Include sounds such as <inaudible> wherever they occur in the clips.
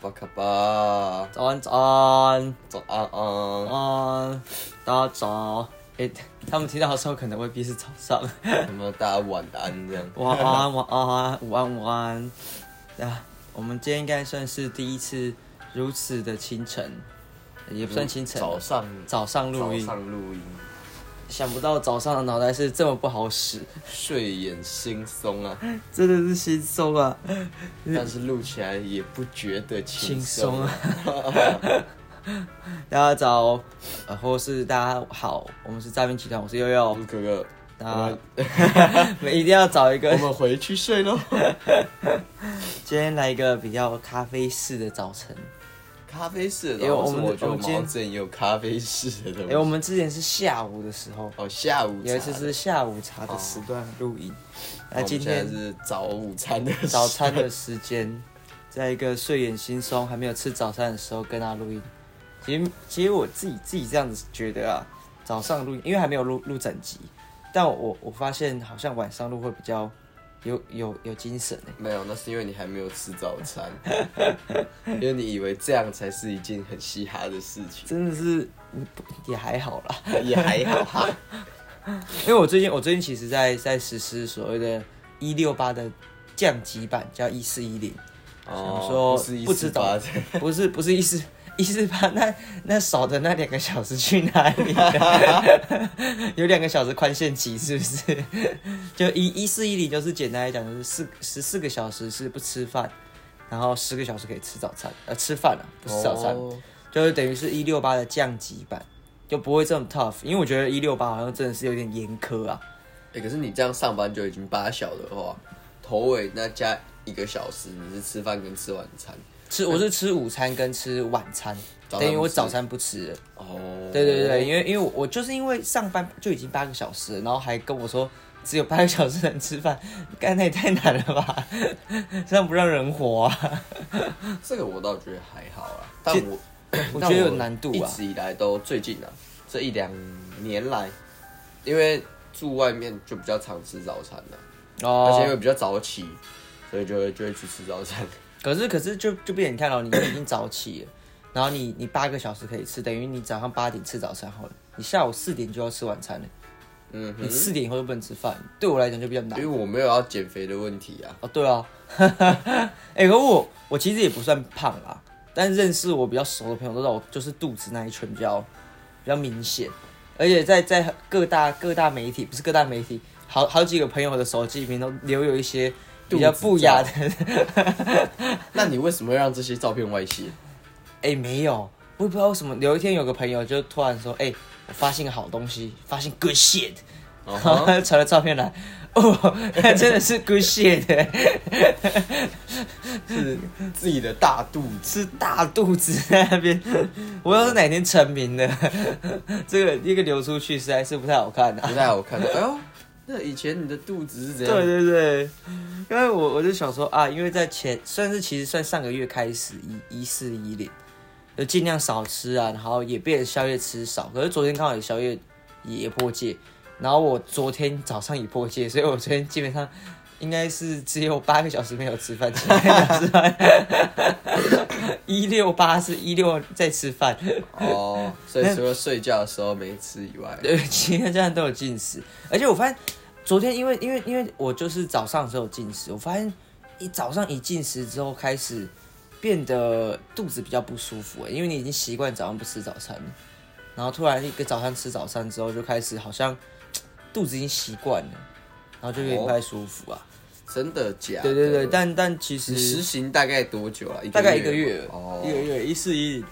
巴卡巴，早安，早安，早安安，安，大家早。诶、他们听到的时候可能未必是早上。 <laughs> 有没有大家晚安这样？晚安，晚安，午安，午安。啊，我们今天应该算是第一次如此的清晨，也不算清晨，早上早上录音。上录音，想不到早上的脑袋是这么不好使，睡眼惺忪 <laughs> 啊，真的是心松啊，但是录起来也不觉得轻轻松 <laughs> 啊啊。。大家早，呃，或是大家好，我们是诈骗集团，我是悠悠。哥哥， <laughs> 啊我，我们一定要找一个我，们回去睡 <laughs> 喽。今天来一个比较咖啡式的早晨。咖啡室的因为东西，哎我们我觉得我们今天毛枕也有咖啡室的哎、东我西。们之前是下午的时候，哦，下午茶有一次是下午茶的时段录影。那、我们今现在天是早午餐的早餐的时间，在一个睡眼惺忪还没有吃早餐的时候跟他录音。其实，其实我自己自己这样子觉得啊，早上录音，因为还没有录录整集，但我我发现好像晚上录会比较有有有精神欸 <laughs> 没有，那是因为你还没有吃早餐， <laughs> 因为你以为这样才是一件很嘻哈的事情，真的是嗯不 <laughs> 也还好啦。也还好哈。因为我最近我最近其实在在实施所谓的“一六八”的降级版，叫“一四一零”。想说哦不吃早餐，不是不是一四一四八，那那少的那两个小时去哪里了？ <laughs> 有两个小时宽限期是不是？就一一四一零就是简单来讲，就是四十四个小时是不吃饭，然后十个小时可以吃早餐，呃，吃饭了、不 <laughs> 吃早餐，哦就是等于是一六八的降级版，就不会这么 tough。因为我觉得一六八好像真的是有点严苛啊。欸可是你这样上班就已经八小的话，头尾那加一个小时，你是吃饭跟吃晚餐吃我是吃午餐跟吃晚餐，嗯早餐不吃等于我早餐不吃了。哦。对对对，因为因为我我就是因为上班就已经八个小时了，然后还跟我说只有八个小时能吃饭，干那也太难了吧？这样不让人活啊！这个我倒觉得还好啦，但其实我我但觉得有难度一啊。直以来都最近啊，这一两年来，因为住外面就比较常吃早餐了、而且因为哦，比较早起，所以就会就会去吃早餐。可是可是就就变成你看哦到、你已经早起了，然后你你八个小时可以吃，等于你早上八点吃早餐好了，你下午四点就要吃晚餐了，嗯你哼，四点以后就不能吃饭，对我来讲就比较难因为。我没有要减肥的问题啊。哦，对 <laughs> 啊，哎、可我我其实也不算胖啦，但认识我比较熟的朋友都知道，我就是肚子那一圈比较比较明显，而且在在各大各大媒体，不是各大媒体，好好几个朋友的手机里面都留有一些比较不雅的， <laughs> <laughs> 那你为什么会让这些照片外 <laughs> 泄？哎、没有，我也不知道为什么，有一天有个朋友就突然说，哎、我发现个好东西，发现 good shit，然嗯后他就 <laughs> 传了照片来，哦， <laughs> 那真的是 good shit，欸是自己的大肚子。是大肚子在那边， <laughs> 我要是哪天成名了， <laughs> 这个一个流出去实在是不太好看的、啊不太好看。哎呦，那以前你的肚子是怎样？对对对，因为我我就想说啊，因为在前算是其实算上个月开始一一四一零，就尽量少吃啊，然后也变宵夜吃少。可是昨天刚好有宵夜也破戒，然后我昨天早上也破戒，所以我昨天基本上应该是只有八个小时没有吃饭，其他小时饭一六八是一六在吃饭。哦，所以除了睡觉的时候没吃以外， <laughs> 对，其他家人都有进食，而且我发现昨天因为因为因为我就是早上的时候有进食，我发现一早上一进食之后开始变得肚子比较不舒服、欸，因为你已经习惯早上不吃早餐了，然后突然一个早餐吃早餐之后就开始好像肚子已经习惯了，然后就有点不太舒服啊。真的假的？哦对对对，但但其你实实行大概多久啊？大概一个月吗，哦，一个月一四一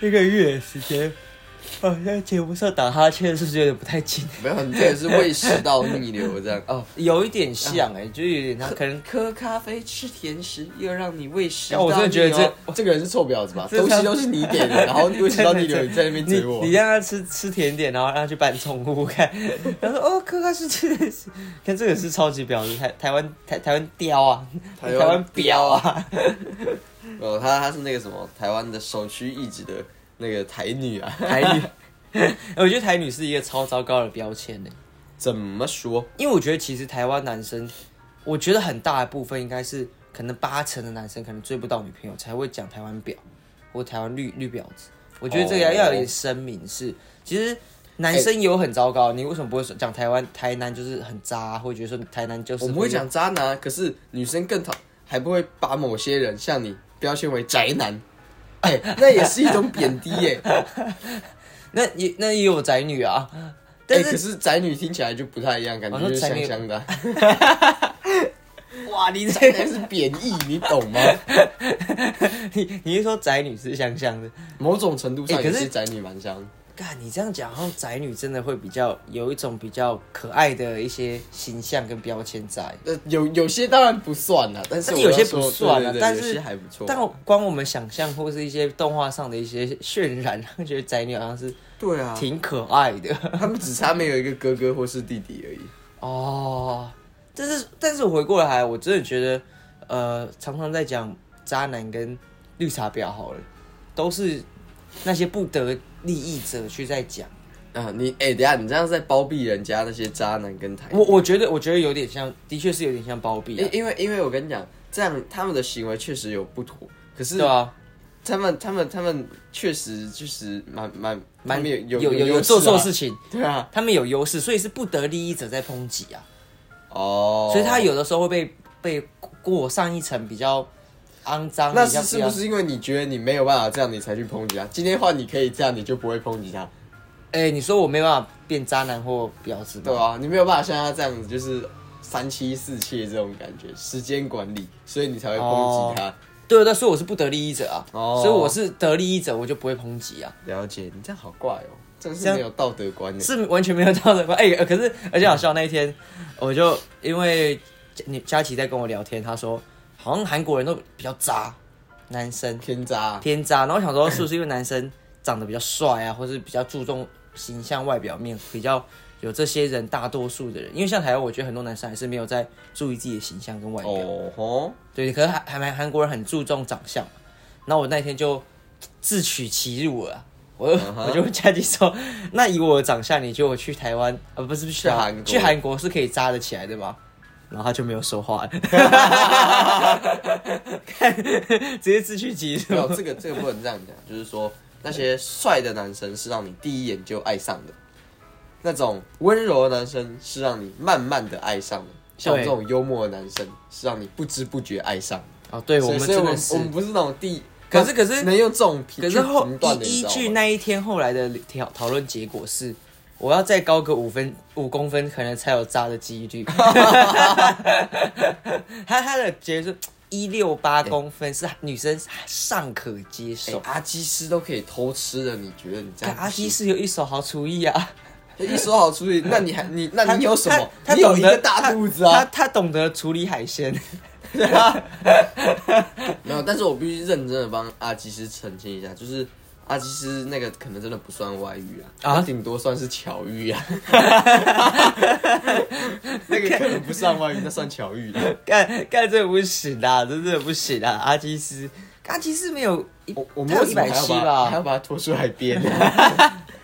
一个月的时间，好像节目上打哈欠是不是有点不太近？没有，你这个是胃食道逆流 <laughs> 这样哦。有一点像哎、欸，就是有点像，可能喝咖啡、吃甜食，又让你胃食哎我真的觉得逆流这个人是臭婊子吧？这东他西都是你点的，然后胃食道 <laughs> 逆流，你在那边你追我你。让他吃吃甜点，然后让他去搬宠物 <laughs> 看，他说哦，可可是吃 <laughs> 的是，看这个是超级婊子，台台湾台台湾雕啊，台台湾湾彪啊，哦，他他是那个什么台湾的首屈一指的那个台女啊？台女，我觉得台女是一个超糟糕的标签欸呢， <laughs> 怎么说？因为我觉得其实台湾男生，我觉得很大的部分应该是可能八成的男生可能追不到女朋友，才会讲台湾婊或台湾绿绿婊子。我觉得这个哦要要有点声明是，其实男生也有很糟糕，你为什么不会说讲台湾台南就是很渣、或者觉得说台南就是我们会讲渣男，可是女生更讨，还不会把某些人像你标签为宅男，哎、那也是一种贬低 <laughs> 耶、哎那也那也有宅女啊，但是可是宅女听起来就不太一样，感觉哦那就是宅香女香的啊、啊 <laughs> 哇，你宅男是贬义，你懂 <laughs> 吗？ <laughs> 你你是说宅女是香香的？某种程度上哎可也是是宅女蛮香。干，你这样讲，好像宅女真的会比较有一种比较可爱的一些形象跟标签在。呃，有有些当然不算啦，但是但我有些要说不算对对啊对，但有是些还不错。但我光我们想象或是一些动画上的一些渲染，然后觉得宅女好像是对啊，挺可爱的。 <laughs> 他们只差没有一个哥哥或是弟弟而已。哦，但是但是回过来，我真的觉得，呃，常常在讲渣男跟绿茶婊好了，都是那些不得利益者去在讲。啊，你哎、等一下你这样是在包庇人家那些渣男跟台女我我觉得我觉得有点像，的确是有点像包庇啊因，因为因为我跟你讲，这样他们的行为确实有不妥，可是对啊。他们他们他们确实就是蛮蛮蛮他们有有有有优势啊做错事，情，对啊，他们有优势，所以是不得利益者在抨击啊，哦，所以他有的时候会被被过上一层比较肮脏，那比较是是不？是因为你觉得你没有办法这样，你才去抨击他？今天换你可以这样，你就不会抨击他，哎、你说我没办法变渣男或婊子吗？对啊吧、你没有办法像他这样子，就是三妻四妾这种感觉，时间管理，所以你才会抨击他。对对，所以我是不得利益者啊，哦所以我是得利益者，我就不会抨击啊，了解，你这样好怪哦，真这是样没有道德观念。是完全没有道德观。 <laughs> 哎、可是而且好笑，那一天我就因为你佳琪在跟我聊天，她说好像韩国人都比较渣，男生偏渣，偏渣，然后我想说是不是因为男生长得比较帅啊，或是比较注重形象外表面，比较有这些人大多数的人，因为像台湾，我觉得很多男生还是没有在注意自己的形象跟外表，哦吼，对，可是韩韩韩国人很注重长相嘛，然后我那天就自取其辱了啊。我、 <laughs> 我就加进说，那以我的长相，你觉得我去台湾啊？不是不是去韩国去韩国是可以扎得起来的吗？然后他就没有说话了， <laughs> <laughs> 看 <laughs> 直接自取其没辱。有这个这个不能这样讲， <laughs> 就是说那些帅的男生是让你第一眼就爱上的，那种温柔的男生是让你慢慢的爱上的，像我对这种幽默的男生是让你不知不觉爱上的。哦，对，所以我们所以真我的们是我，们不是那种第，可是可是能用这种评可是后去评断的，依依你知道据吗那一天后来的讨讨论结果是，我要再高个五分五公分，可能才有扎的 <laughs> 几率。 <laughs> 他他的结论一六八公分是女生尚可接哎受。阿基斯都可以偷吃的，你觉得你这看样阿基斯是有一手好厨艺啊，一手好处理，那你还你那他啊你有什么？他他你有懂一得个大肚子他啊，他懂得处理海鲜。 <laughs> 没有，但是我必须认真的帮阿基斯澄清一下，就是阿基斯那个可能真的不算外遇啊，啊他顶多算是巧遇啊， <laughs> 那个可能不算外遇，那算巧遇啊 <laughs> 的。干干这不行啊，这真的不行啊！阿基斯，阿基斯没有一我我他们有为什么一百还要七把吧还，要把他拖出来编？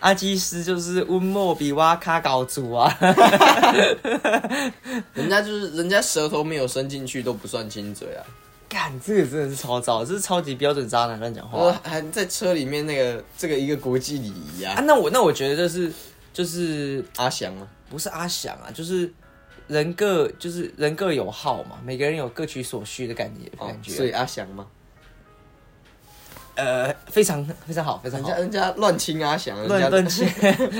阿基斯就是温莫比哇卡搞族啊。 <laughs> <laughs> 人家就是人家舌头没有伸进去都不算亲嘴啊，干，这个真的是超糟，这是超级标准渣男乱讲话、我还在车里面那个这个一个国际礼仪啊！啊，那我那我觉得就是就是阿翔吗？不是阿翔啊，就是人各就是人各有好嘛，每个人有各取所需的感觉、哦感，觉，所以阿翔吗？呃非常非常好，非常人好家。人家乱亲阿翔，人家乱乱亲，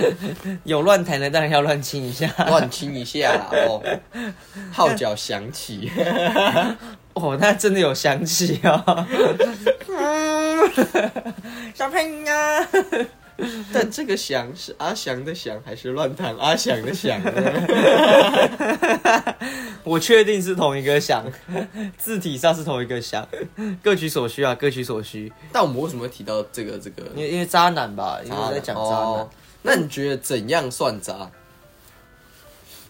<laughs> 有乱谈的当然要乱亲一下。 <laughs> <laughs> 乱亲一下啦哦，号角响起。哦，那真的有想起 <laughs> 哦。小朋友，啊 <laughs> 但这个翔是阿翔的翔还是乱弹阿翔的翔呢？我确定是同一个想， <laughs> 字体上是同一个想，各取所需啊，各取所需。 <laughs> 但我们为什么会提到这个这个？因为因为渣男吧，因为我在讲渣男。哦那你觉得怎样算渣？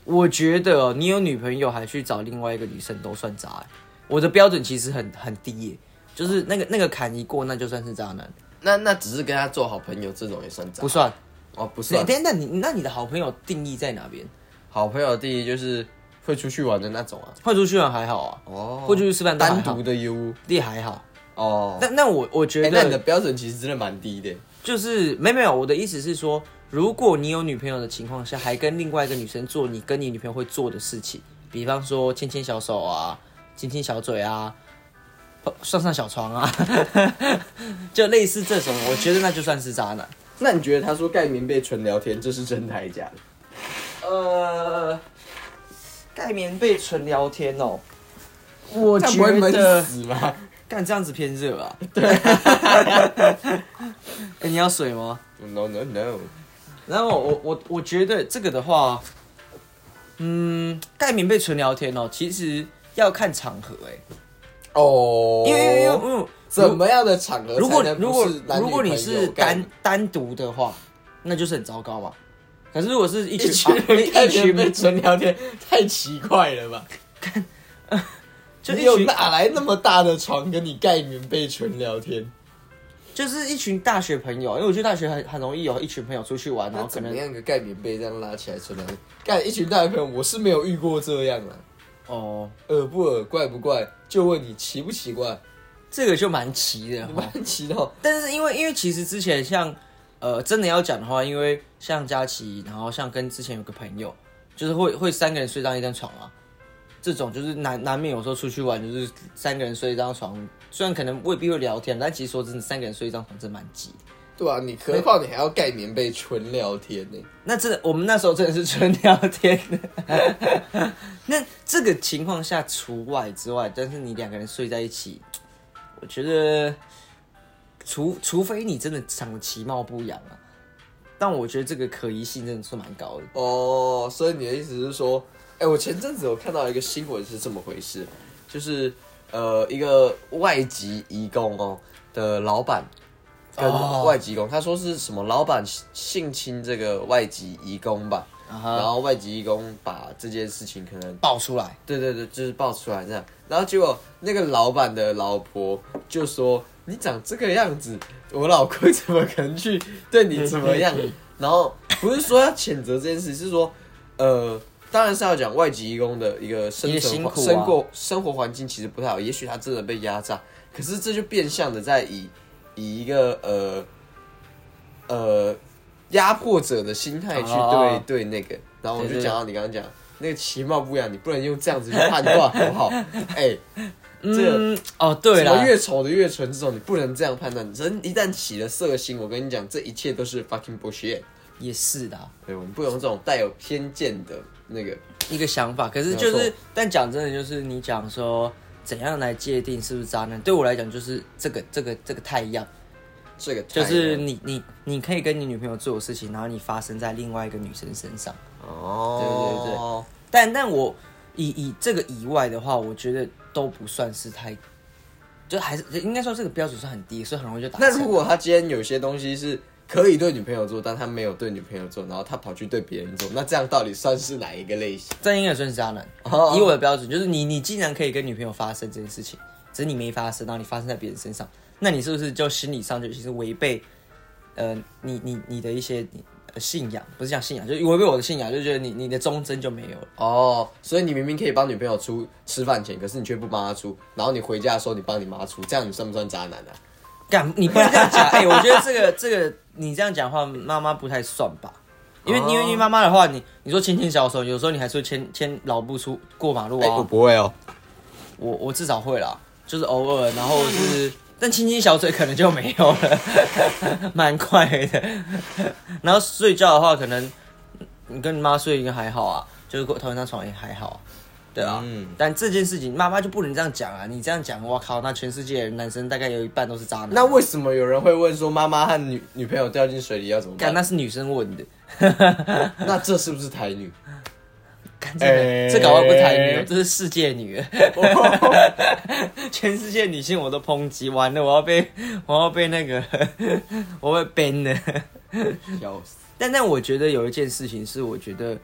我觉得哦你有女朋友还去找另外一个女生都算渣、欸，我的标准其实很很低耶、就是那个那个坎一过，那就算是渣男，那那只是跟他做好朋友这种也算渣？不算。欸哦，不那算。那那你那你的好朋友定义在哪边？好朋友第一就是会出去玩的那种啊。会出去玩还好啊，哦，会出去吃饭都还单好独，的优也还好。哦。那那我我哎、觉那你的得标准其实真的蛮低的。就是没有没有，我的意思是说，如果你有女朋友的情况下，还跟另外一个女生做你跟你女朋友会做的事情，比方说牵牵小手啊，亲亲小嘴啊，抱上上小床啊， <laughs> 就类似这种，我觉得那就算是渣男。那你觉得他说盖棉被纯聊天，这是真的还是假的？呃，盖棉被纯聊天哦，我这样不会闷死吗？干这样子偏热啊。 <laughs> 对、你要水吗？ No no no，然后我我我觉得这个的话，嗯，盖棉被纯聊天哦，其实要看场合哎、哦，因为因为因为因为怎么样的场合如果才能不如果是男女如果你朋是友干单单独的话，那就是很糟糕嘛。可是如果是一一 <laughs> 群群啊人一盖棉被群纯聊天，太奇怪了吧？就你一有群哪来那么大的床跟你盖棉被纯聊天？就是一群大学朋友，因为我觉得大学很很容易有一群朋友出去玩， <laughs> 然后可能一个盖棉被这样拉起来纯聊天？盖一群大朋友，我是没有遇过这样啊。哦，恶不恶，怪不怪？就问你奇不奇怪？这个就蛮奇的你哈。蛮奇哦到但是因为因为其实之前像呃真的要讲的话，因为像佳琪，然后像跟之前有个朋友，就是会会三个人睡上一张床嘛，这种就是难难免有时候出去玩就是三个人睡一张床，虽然可能未必会聊天，但其实说真的，三个人睡一张床真蛮挤的。对啊，你何况你还要盖棉被纯聊天呢、那真的，我们那时候真的是纯聊天的。 <laughs> 那这个情况下除外之外，但是你两个人睡在一起，我觉得，除除非你真的长得其貌不扬啊，但我觉得这个可疑性真的是蛮高的。哦，所以你的意思是说，哎、我前阵子有看到一个新闻是这么回事，就是呃，一个外籍移工哦的老板哦跟外籍工，他说是什么老板性侵这个外籍移工吧，啊然哈，后外籍移工把这件事情可能爆出来，对对对，就是爆出来这样。然后结果那个老板的老婆就说：“你长这个样子，我老公怎么可能去对你怎么样？”然后不是说要谴责这件事，是说，呃，当然是要讲外籍义工的一个生一个存辛环、苦啊生活生活环境其实不太好，也许他真的被压榨，可是这就变相的在以以一个呃呃压迫者的心态去对、哦对那个，然后我对就对讲到你刚刚讲那个其貌不扬，你不能用这样子去判断，好 <laughs> 不好？哎、这个嗯，哦，对什么了，越丑的越纯这种，你不能这样判断。人一旦起了色心，我跟你讲，这一切都是 fucking bullshit。也是的啊、对，我们不能用这种带有偏见的那个。一个想法。可是就没有是，但讲真的，就是你讲说怎样来界定是不是渣男，对我来讲就是这个这个这个太一样。这个就是你你你可以跟你女朋友做的事情，然后你发生在另外一个女生身上。哦，但但我以以这个以外的话，我觉得都不算是太，就还是应该说这个标准是很低，所以很容易就达成。那如果他今天有些东西是可以对女朋友做，但他没有对女朋友做，然后他跑去对别人做，那这样到底算是哪一个类型？这应该也算是渣男。哦以我的标准，就是你你既然可以跟女朋友发生这件事情，只是你没发生，然后你发生在别人身上，那你是不是就心理上就其实违背呃你你你的一些呃信仰，不是讲信仰，就是违背我的信仰，就觉得你你的忠贞就没有了。哦，所以你明明可以帮女朋友出吃饭钱，可是你却不帮她出，然后你回家的时候你帮你妈出，这样你算不算渣男啊？干，你不能这样讲。哎、我觉得这个这个，你这样讲话，妈妈不太算吧？因为、哦因为因为妈妈的话，你你说牵牵小手，有时候你还是会牵牵老步出过马路啊。我不会哦。我我至少会啦，就是偶尔，然后就是，但亲亲小嘴可能就没有了， <laughs> 蛮快的。然后睡觉的话，可能你跟你妈睡应该还好啊，就是同一张床也还好啊、对啊。嗯但这件事情妈妈就不能这样讲啊！你这样讲，我靠，那全世界的男生大概有一半都是渣男。那为什么有人会问说妈妈和女女朋友掉进水里要怎么 <laughs> 干办？那是女生问的，那这是不是台女？干这哎个这搞不好不是台女， <laughs> 这是世界女， <laughs> 全世界女性我都抨击完了，我要被 <laughs> 我要被那个 <laughs> 我会 ban 的。笑死！但但我觉得有一件事情是，我觉得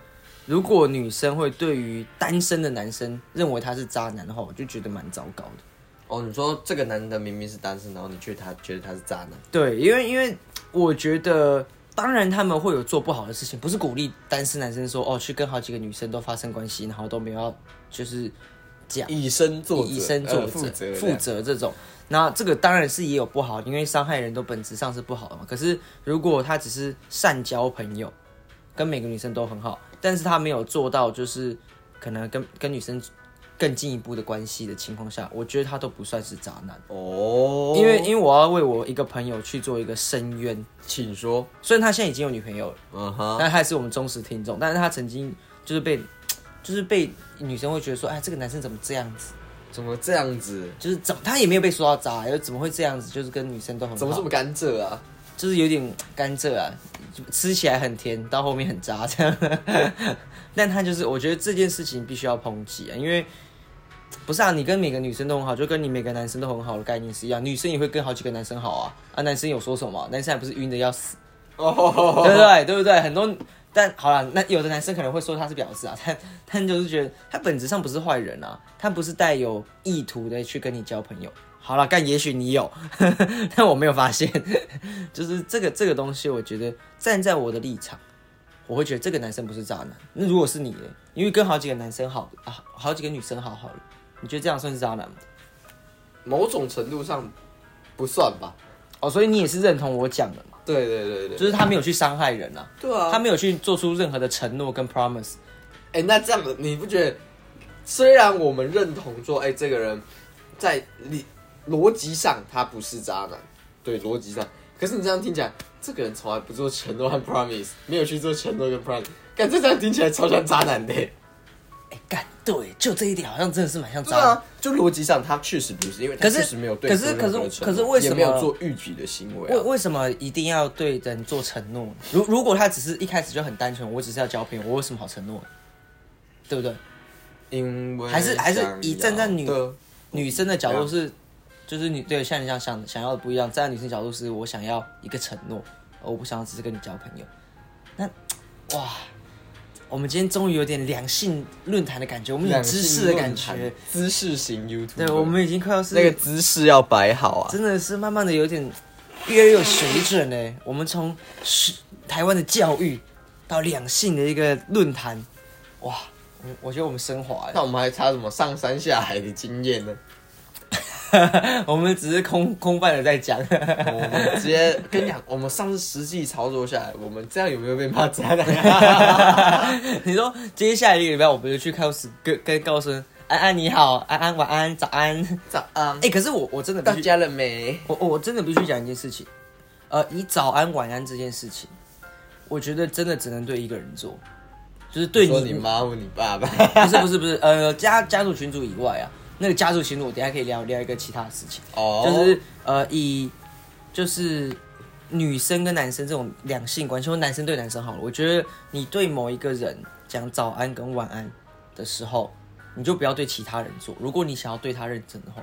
如果女生会对于单身的男生认为他是渣男的话，我就觉得蛮糟糕的。哦，你说这个男的明明是单身，然后你却他觉得他是渣男，对，因为因为我觉得当然他们会有做不好的事情，不是鼓励单身男生说哦去跟好几个女生都发生关系，然后都没有要就是讲以身作则，以身作呃则、负责负责这种。那这个当然是也有不好，因为伤害人都本质上是不好的嘛。可是如果他只是善交朋友，跟每个女生都很好，但是他没有做到就是可能跟跟女生更进一步的关系的情况下，我觉得他都不算是渣男。哦，因为因为我要为我一个朋友去做一个申冤，请说，虽然他现在已经有女朋友了，嗯哼，但他也是我们忠实听众，但是他曾经就是被就是被女生会觉得说，哎，这个男生怎么这样子？怎么这样子？就是怎么他也没有被说到渣，又怎么会这样子？就是跟女生都很好怎么这么甘蔗啊？就是有点甘蔗啊，吃起来很甜，到后面很渣这样。 <laughs> 但他就是，我觉得这件事情必须要抨击啊，因为不是啊，你跟每个女生都很好，就跟你每个男生都很好的概念是一样，女生也会跟好几个男生好啊。啊，男生有说什么？男生还不是晕的要死，哦，对不对？对不对？很多，但好了，那有的男生可能会说他是婊子啊， <laughs> 但但就是觉得他本质上不是坏人啊，他不是带有意图的去跟你交朋友。好了，但也许你有， <laughs> 但我没有发现。 <laughs> 就是这个这个东西，我觉得站在我的立场，我会觉得这个男生不是渣男。那如果是你呢？因为跟好几个男生好啊，好几个女生好好了，你觉得这样算是渣男吗？某种程度上不算吧？哦，所以你也是认同我讲的嘛，对对对对，就是他没有去伤害人啊，对啊，他没有去做出任何的承诺跟 promise。哎、那这样子你不觉得？虽然我们认同说，哎、这个人在理逻辑上他不是渣男，对逻辑上，可是你这样听起来，这个人从来不做承诺和 promise，没有去做承诺跟 promise，但这这样听起来超像渣男的、哎、干，对，就这一点好像真的是蛮像渣对男。啊，就逻辑上他确实不是，因为他可是确实没有对可你是做任何可的是承诺可是为什也么没有做逾矩的行为为啊？为什么一定要对人做承诺呢？如如果他只是一开始就很单纯，我只是要交朋友，我为什么好承诺呢？对不对？因为还是还是想以站在要女对女生的角度啊是，就是女对像你这样想想要的不一样。站在女生角度是我想要一个承诺，而我不想要只是跟你交朋友。那哇，我们今天终于有点两性论坛的感觉，我们有两知性识的感论坛觉。，知识型 YouTube，对，我们已经快要是那个姿势要摆好啊。真的是慢慢的有点越来越有水准嘞。我们从是台湾的教育到两性的一个论坛，哇，我我觉得我们升华那了。我 <laughs> 们还差什么上山下海的经验呢？我们只是空空泛的在讲。 <laughs> <laughs> 我们直接跟你讲，我们上次实际操作下来，我们这样有没有被骂啊渣男？你说接下来一个礼拜，我们就去开始跟跟高升安安你好，安安晚安早安。 <laughs> 早安哎、，可是我我真的到必嗯须，家了没？我我真的必须讲一件事情，呃，以早安晚安这件事情，我觉得真的只能对一个人做，就是对说你妈问你爸 <laughs> 爸，不是不是不是，呃，家家族群组以外啊，那个家族群组，我等一下可以聊聊一个其他的事情，哦就是呃，以就是女生跟男生这种两性关系，或男生对男生好了，我觉得你对某一个人讲早安跟晚安的时候，你就不要对其他人做。如果你想要对他认真的话，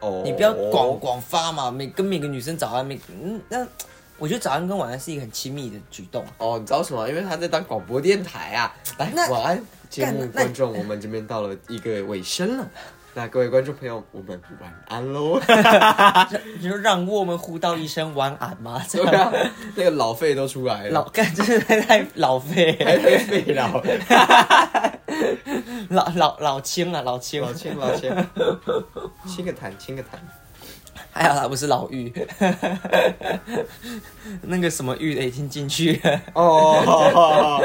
哦你不要广广发嘛，每跟每个女生早安，每嗯，那我觉得早安跟晚安是一个很亲密的举动啊。哦，你知道什么？因为他在当广播电台啊。来，那晚安，节目干那观众，我们这边到了一个尾声了。那各位观众朋友，我们晚安喽。你说让我们互道一声晚安吗？这对样啊，那个老肺都出来了，老干真的太老废，还会肺老， <laughs> 老老老青啊，老青老，千老千， <laughs> 亲个痰，亲个痰。还哎好他不是老玉，那个什么玉的已经进去了，哦，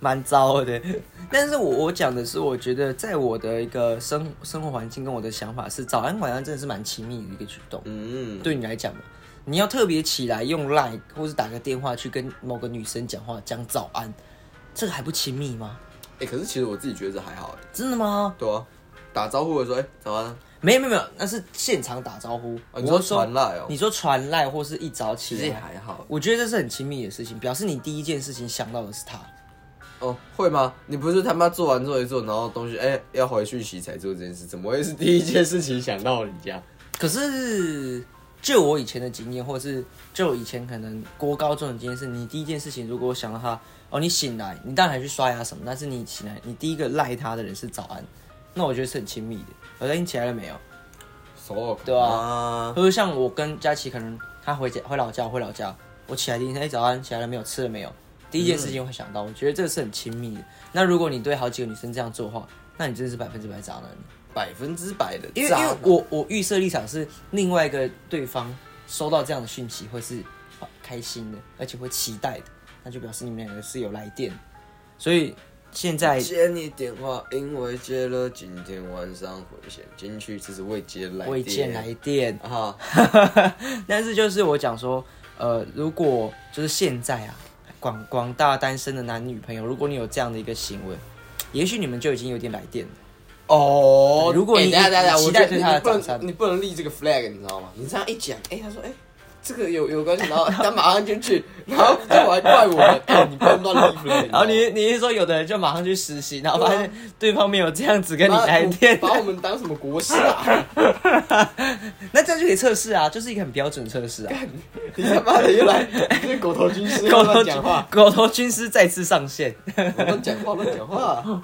蛮糟的。但是我我讲的是，我觉得在我的一个生生活环境跟我的想法是，早安晚安真的是蛮亲密的一个举动。 <laughs> 嗯，对你来讲嘛，你要特别起来用 Line 或是打个电话去跟某个女生讲话讲早安，这个还不亲密吗？哎、可是其实我自己觉得这还好、欸，真的吗？对啊，打招呼的时候，哎、早安啊，没有没有没有，那是现场打招呼。啊我你说是说传赖哦你说传赖或是一早起其实来，也还好我觉得这是很亲密的事情，表示你第一件事情想到的是他。哦，会吗？你不是他妈做完做一做，然后东西哎、要回去洗才做这件事，怎么会是第一件事情想到人家？可是就我以前的经验，或是就我以前可能国高中的经验，是你第一件事情，如果我想到他，哦，你醒来，你当然还去刷牙什么，但是你醒来，你第一个赖他的人是早安，那我觉得是很亲密的。我在你起来了没有？手对啊，或者像我跟佳琪，可能他回家回老家，我回老家，我起来第一天，哎、早安，起来了没有？吃了没有？第一件事情会想到，我觉得这个是很亲密的。那如果你对好几个女生这样做的话，那你真的是百分之百渣男。百分之百的因为因渣为男我我预设立场是另外一个对方收到这样的讯息会是啊开心的，而且会期待的，那就表示你们两个是有来电。所以现在接你电话，因为接了今天晚上回线进去，只是未接来电。未见来电，啊， <laughs> 但是就是我讲说，呃，如果就是现在啊，广广大单身的男女朋友，如果你有这样的一个行为，也许你们就已经有点来电了。哦如果你等一下等一下，你我觉期待得对你他的不早餐能你不能立这个 flag，你知道吗？你这样一讲，哎，他说，哎，这个有有关系，然后他马上就去，然后就来怪我们，哎，你不能乱立 flag 知道吗。然后你你是说有的人就马上去实习，然后发现对方没有这样子跟你把来电，啊 <laughs> 把我们当什么国师啊？ <laughs> 那这样就可以测试啊，就是一个很标准测试 <laughs> 啊。你他妈的又来，你这狗头军师 <laughs> 狗头乱讲话，狗头军师再次上线。 <laughs> 乱讲话，乱讲话。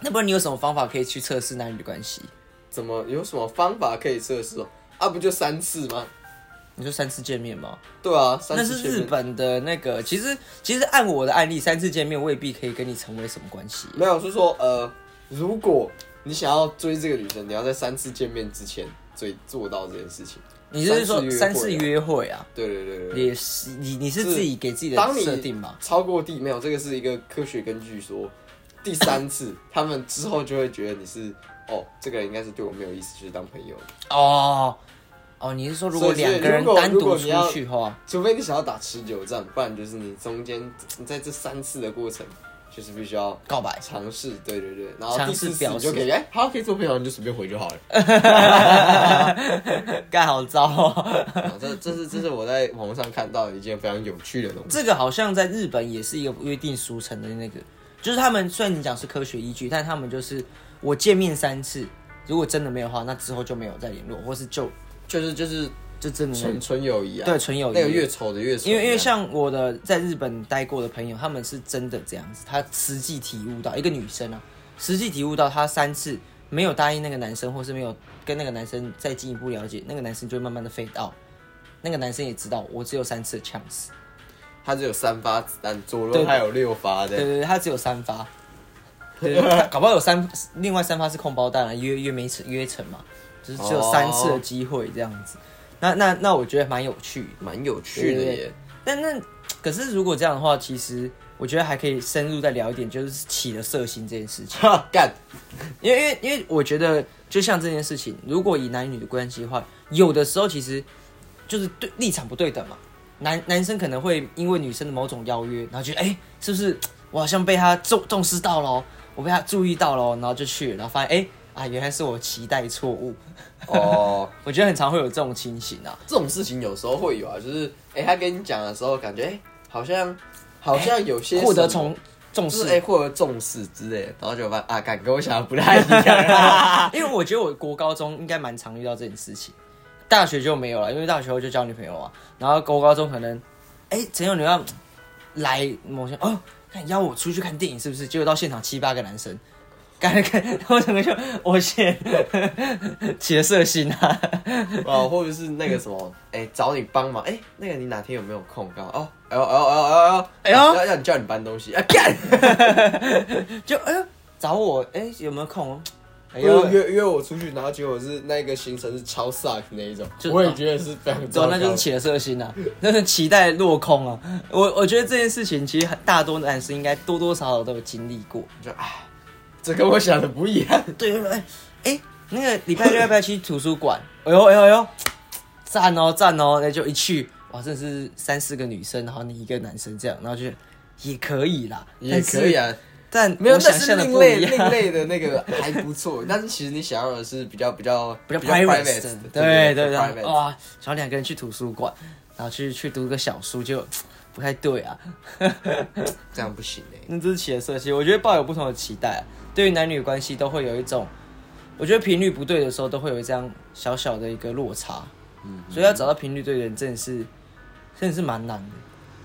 那不然你有什么方法可以去测试男女关系？怎么有什么方法可以测试哦？啊，不就三次吗？你说三次见面吗？对啊，三那次是见日面本的那个，其实其实按我的案例，三次见面未必可以跟你成为什么关系。没有，是说呃，如果你想要追这个女生，你要在三次见面之前追做到这件事情。你就是说三三次次约约会啊？对对对对对。也是你你是自己给自己的当设定你吧？超过第没有，这个是一个科学根据说，第三次 <laughs> 他们之后就会觉得你是哦，这个人应该是对我没有意思，就是当朋友。哦哦，你是说如所果以是两个人如果单如独果出你要去的话，除非你想要打持久战，不然就是你中间你在这三次的过程，就是必须要告白尝试，对对对，然后尝第试四次表你示就可以，哎、好，可以做朋友，你就随便回就好了。干好糟哦。 <laughs> 啊这这是这是我在网络上看到的一件非常有趣的东西。这个好像在日本也是一个约定俗成的那个，就是他们虽然你讲是科学依据，但他们就是我见面三次，如果真的没有的话，那之后就没有再联络，或是就就是就是就真的没有纯纯友谊啊，嗯对纯友谊那个越丑的越丑，因为因为像我的在日本待过的朋友，他们是真的这样子，她实际体悟到一个女生啊，实际体悟到她三次没有答应那个男生，或是没有跟那个男生再进一步了解，那个男生就会慢慢的 fade out。那个男生也知道我只有三次的 chance，他只有三发子弹，左对轮还有六发对的，对对，他只有三发，对对对搞不好有三，另外三发是空包弹啊，约约没成约成嘛，就是只有三次的机会这样子。那那那我觉得蛮有趣的。 <laughs> 蛮有趣的耶。但那可是如果这样的话，其实我觉得还可以深入再聊一点，就是起了色心这件事情。哈， <laughs> 干，因为因为因为我觉得，就像这件事情，如果以男女的关系的话，有的时候其实就是对立场不对等嘛。男男生可能会因为女生的某种邀约，然后觉得哎、诶是不是我好像被他重重视到了哦，我被他注意到了哦，然后就去了，然后发现哎、诶啊，原来是我期待错误。哦，我觉得很常会有这种情形啊。这种事情有时候会有啊，就是哎、他跟你讲的时候，感觉哎、好像好像有些获得什么重重就是视，哎、获得重视之类的，然后就发现啊，干跟我想的不太一样啊。 <laughs> 因为我觉得我国高中应该蛮常遇到这件事情，大学就没有了，因为大学后就交女朋友啊。然后国高中可能，哎、陈友你要来某些哦，看邀我出去看电影是不是？结果到现场七八个男生，干干，我整个就我先 <laughs> 起了色心啊。 <laughs> 哦，或者是那个什么，哎、找你帮忙，哎、那个你哪天有没有空？刚好哦，哎呦哎呦哎呦哎哎呦呦，要要你叫你搬东西啊，干，就哎呦找我哎、有没有空？哎因为呦，约约我出去，然后结果是那个行程是超 suck 那一种就，我也觉得是非常糟，走糕那就是起了色心啊，那是期待落空啊。我我觉得这件事情其实很大多男生应该多多少少都有经历过。就哎，这跟我想的不一样，对，就说哎哎，那个礼拜六要不要去图书馆？哎呦哎呦哎呦，赞哦赞哦，那就一去，哇，真的是三四个女生，然后你一个男生这样，然后就 <laughs> 也可以啦，也可以啊，啊。但没有，我那想是象的另不类一另样，类的那个还不错， <laughs> 但是其实你想要的是比较比较 <laughs> 比较 private， private，的的对对对哦对， private 哇，然后两个人去图书馆，然后去去读个小书就。不太对啊，这样不行哎。那这是起了色心。我觉得抱有不同的期待、对于男女关系都会有一种，我觉得频率不对的时候都会有这样小小的一个落差。嗯所以要找到频率对的人，真的是真的是蛮难的，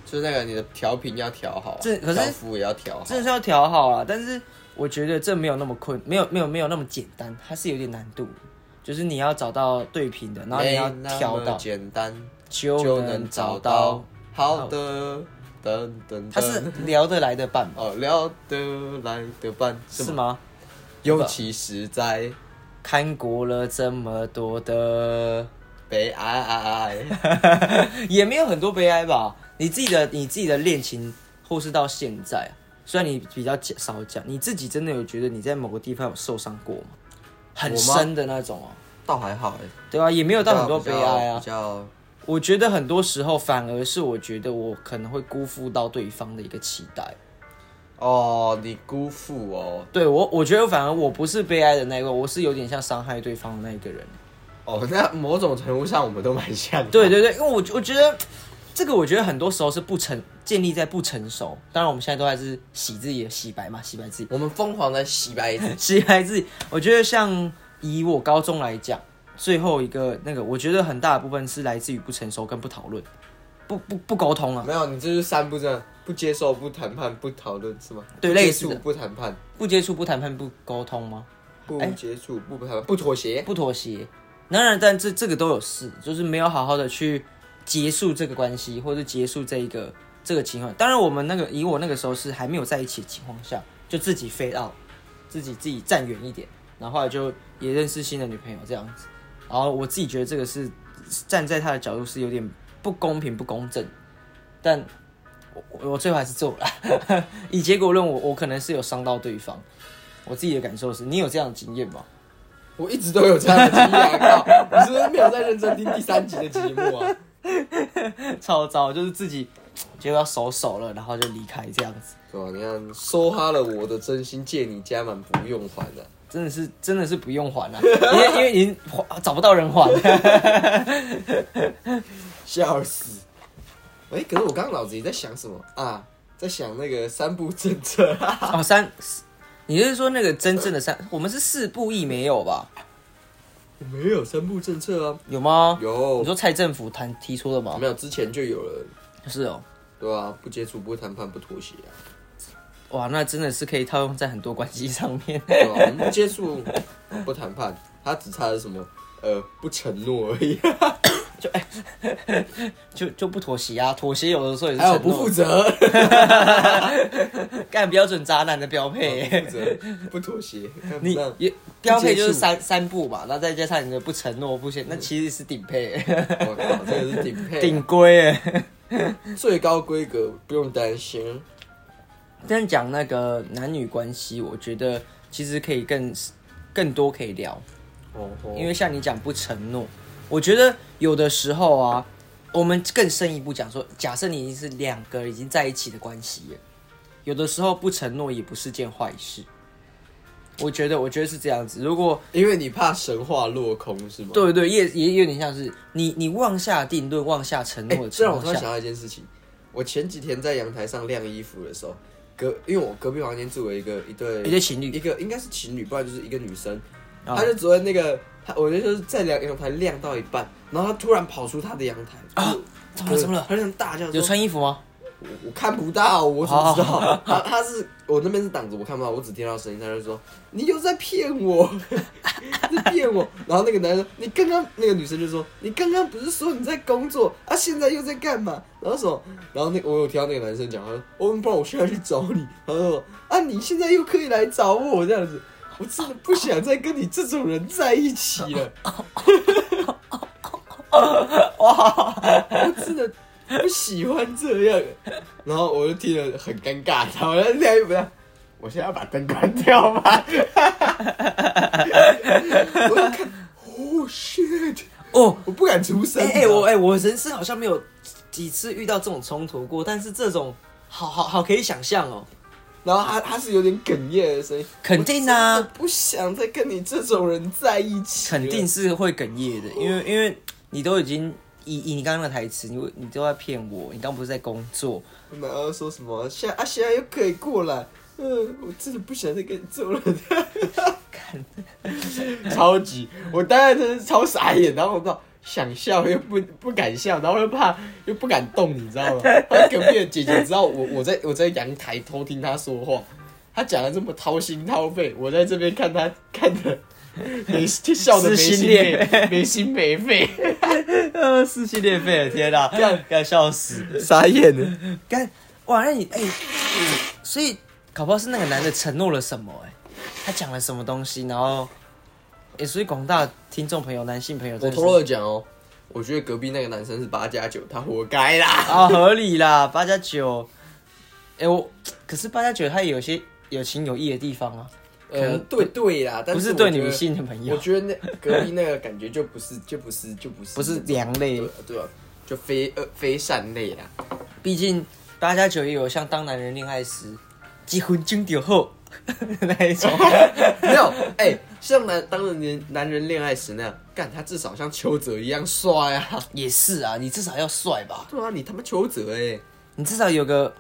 就是那个你的调频要调好啊，这可是调幅也要调好，真的是要调好啊。但是我觉得这没有那么困，没有没有没有那么简单，它是有点难度的，就是你要找到对频的，然后你要没那么调到，简单。就就能能找找到到。嗯好的，噔噔噔。他是聊得来的伴吧？哦，聊得来的伴是？吗？尤其是在看过了这么多的，北哎爱爱爱 <laughs> 也没有很多悲哀吧？你自己的你自己的恋情，或是到现在，虽然你比较讲少讲，你自己真的有觉得你在某个地方有受伤过吗？很我吗深的那种哦、 <laughs> 倒还好哎，对啊，也没有到很多比悲较哀啊比。较我觉得很多时候反而是我觉得我可能会辜负到对方的一个期待。哦，你辜负哦，对我，我觉得反而我不是悲哀的那一个，我是有点像伤害对方的那一个人。哦，那某种程度上我们都蛮像的。对对对，因为我我觉得这个，我觉得很多时候是不成建立在不成熟。当然，我们现在都还是洗自己的洗白嘛，洗白自己， <laughs> 我们疯狂的洗白自己洗白自己。我觉得像以我高中来讲，最后一个那个，我觉得很大的部分是来自于不成熟跟不讨论，不不不沟通啊，没有，你这就是三不正：不接受、不谈判、不讨论，是吗？对不接类似触的不谈判，不接触、不谈判、不沟通吗？不哎接触、不谈判、不妥协。不妥协。当然，但这这个都有事，就是没有好好的去结束这个关系，或者结束这一个这个情况。当然，我们那个以我那个时候是还没有在一起的情况下，就自己飞到自己自己站远一点，然后后来就也认识新的女朋友这样子。然后我自己觉得这个是站在他的角度是有点不公平、不公正，但我我我最后还是做了。 <laughs> 以结果论我，我可能是有伤到对方。我自己的感受是，你有这样的经验吗？我一直都有这样的经验，靠！ <laughs> 你是不是没有在认真听第三集的节目啊？ <laughs> 超糟，就是自己觉得要收手了，然后就离开这样子，对啊，你看，收哈了我的真心，借你加满不用还的、真的是真的是不用还了、啊 <laughs> 因为因为已经还找不到人还， <laughs> 笑死！哎、可是我刚刚脑子里在想什么啊？在想那个三不政策、 <laughs> 哦三，你是说那个真正的三，我们是四步亦没有吧？我没有三不政策啊，有吗？有你说蔡政府谈提出的吗？没有之前就有了，是哦，对吧、不接触、不谈判、不妥协啊，哇，那真的是可以套用在很多关系上面。 <laughs> 对吧、我们不接触、不谈判，他只差的是什么？呃，不承诺而已，就就不妥协啊，妥协有的时候也是还有承哎不诺负责，干标准渣男的标配、 <laughs> 不负责，不妥协，看哦你不让也标配就是三三步嘛，那再加上你的不承诺不显，那其实是顶配、我靠，这个是 <laughs> 顶配，啊 <laughs> 顶规哎、最高规格，不用担心。但讲那个男女关系，我觉得其实可以更更多可以聊，哦，因为像你讲不承诺，我觉得有的时候啊，我们更深一步讲说，假设你已经是两个已经在一起的关系了，有的时候不承诺也不是件坏事。我觉得，我觉得是这样子。如果因为你怕神话落空是吗？对对，也也有点像是你你妄下定论、妄下承哎、诺的情这让我突况然下，想到一件事情，我前几天在阳台上晾衣服的时候，隔因为我隔壁房间住了一个一对一对情侣一个应该是情侣，不然就是一个女生，啊她就昨天那个她，我就是在阳阳台晾到一半，然后她突然跑出她的阳台啊怎么了怎么了她就大叫说有穿衣服吗？我我看不到，我怎么知道？他他是我那边是挡着，我看不到，我只听到声音，他就说你又在骗我， <laughs> 在骗我。然后那个男生，你刚刚那个女生就说你刚刚不是说你在工作啊，现在又在干嘛？然后什么？然后那个我有听到那个男生讲，他说哦，不然我现在去找你。然后说啊，你现在又可以来找我这样子。我真的不想再跟你这种人在一起了，哇， <laughs> 我真的不喜欢这样。然后我就听了很尴尬，然后我就晾衣服，我现在要把灯关掉 <laughs> 吧。我就看，哦、shit，哦，我不敢出声。啊哎、哎我哎、我人生好像没有几次遇到这种冲突过，但是这种好好好可以想象哦。然后他他是有点哽咽的声音，肯定啊我真的不想再跟你这种人在一起了。肯定是会哽咽的，因为因为你都已经以以你刚刚的台词，你会你都在骗我，你刚不是在工作？然后说什么现在啊现在又可以过来，嗯，我真的不想再跟你做了。超级，我当然真的是超傻眼，然后我不知道想笑又不不敢笑，然后又怕又不敢动，你知道吗？然后隔壁的姐姐知道我我在我在阳台偷听她说话，她讲的这么掏心掏肺，我在这边看她看的没笑的没撕心心没裂没心没肺， <laughs> 呃，撕心裂肺，天哪，干干笑死，傻眼了。 <laughs> 干哇，那你哎、所以搞不好是那个男的承诺了什么、哎，他讲了什么东西，然后，哎、所以广大听众朋友、男性朋友，我偷偷的讲哦，我觉得隔壁那个男生是八加九，他活该啦。 <laughs> 啊、合理啦，八加九，哎，我可是八加九，他也有些有情有义的地方啊，呃，对对啦，但不是是对我觉得女性的朋友我觉得 <laughs> 那隔壁那个感觉就不是，就不是，就不是，不是良类对对啊，就非呃非善类 <laughs> 啦。毕竟八加九也有像当男人恋爱时，结婚经典后 <laughs> 那一种， <laughs> 没有，哎、像男当人年男人恋爱时那样，干他至少像邱泽一样帅啊！也是啊，你至少要帅吧，对啊，你他妈邱泽哎，你至少有个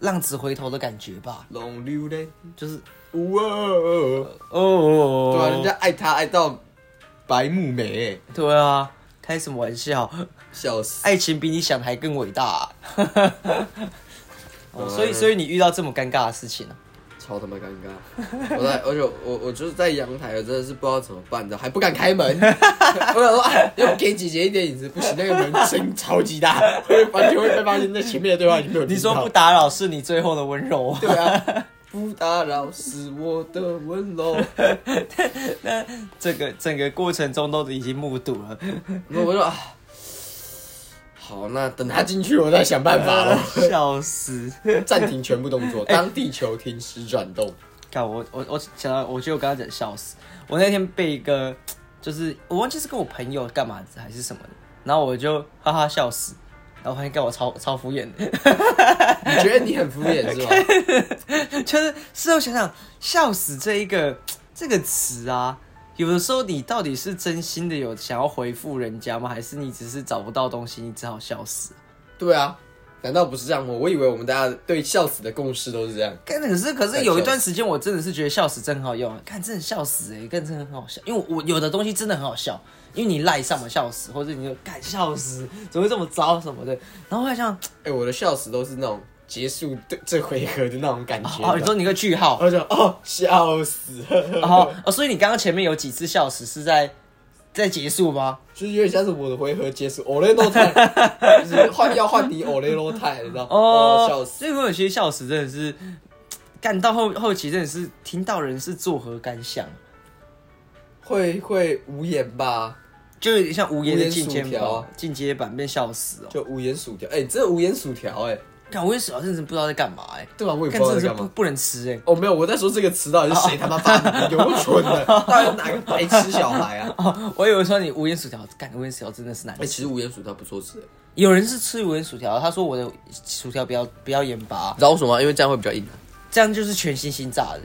浪子回头的感觉吧，龙溜嘞，就是哇哦！哦哦对啊，人家爱他爱到白目眉、欸，对啊，开什么玩笑？笑死！爱情比你想的还更伟大、啊。 <laughs> 哦所以，嗯所以你遇到这么尴尬的事情、啊，超他妈尴尬！我在，而且我我就是在阳台，我真的是不知道怎么办的，还不敢开门。 <laughs> 我想说，哎，要不给姐姐一点椅子，不行，那个门声音超级大，会完全会被发现。在前面的对话已经没有你听说到不打扰是你最后的温柔啊。对啊，不打扰是我的温柔。 <laughs> 这个整个过程中都已经目睹了，那 <laughs> 我说啊，好，那等他进去，我再想办法 <laughs> 了。笑死！暂停全部动作，当地球停止转动。看我我我想到，我觉得我刚刚讲笑死。我那天被一个，就是我忘记是跟我朋友干嘛子还是什么的，然后我就哈哈笑死，然后发现干我超超敷衍的， <laughs> 你觉得你很敷衍是 <laughs> 吗？就是事后想想笑死这一个这个词啊，有的时候你到底是真心的有想要回复人家吗？还是你只是找不到东西，你只好笑死？对啊，难道不是这样吗？我以为我们大家对笑死的共识都是这样。干可是可是有一段时间，我真的是觉得笑死真很好用，看真的笑死哎、欸，干真的很好笑，因为我我有的东西真的很好笑，因为你赖上嘛笑死，或者你就干笑死，怎么会这么糟什么的，然后我还想，哎、我的笑死都是那种结束这这回合的那种感觉。哦，你说你个句 <laughs> 号，我就哦，笑死， <laughs> 然后哦，所以你刚刚前面有几次笑死是在在结束吗？就是有点像是我的回合结束 o l e <laughs> no time，就是换要换你 o l e no time，你知道吗？哦，笑死，所以我有些笑死真的是，干到后后期真的是听到人是作何感想，会会无言吧？就有点像无言无的言进阶薯条啊版，进阶版变笑死哦。就无言薯条，哎、这无言薯条、哎，干，我也是，我真的是不知道在干嘛哎、欸。对啊吧？我也不知哦干道在真的是干不嘛。不能吃哎、哦，没有，我在说这个词到底是谁他妈发明的？有够蠢 <laughs> 的，到底是哪个白痴小孩啊？哦，我以为说你无烟薯条，干无烟薯条真的是难哎、吃。其实无言薯条不错吃、哎有人是吃无烟薯条，他说我的薯条不要不要盐巴你，知道为什么吗？因为这样会比较硬、这样就是全新新炸的。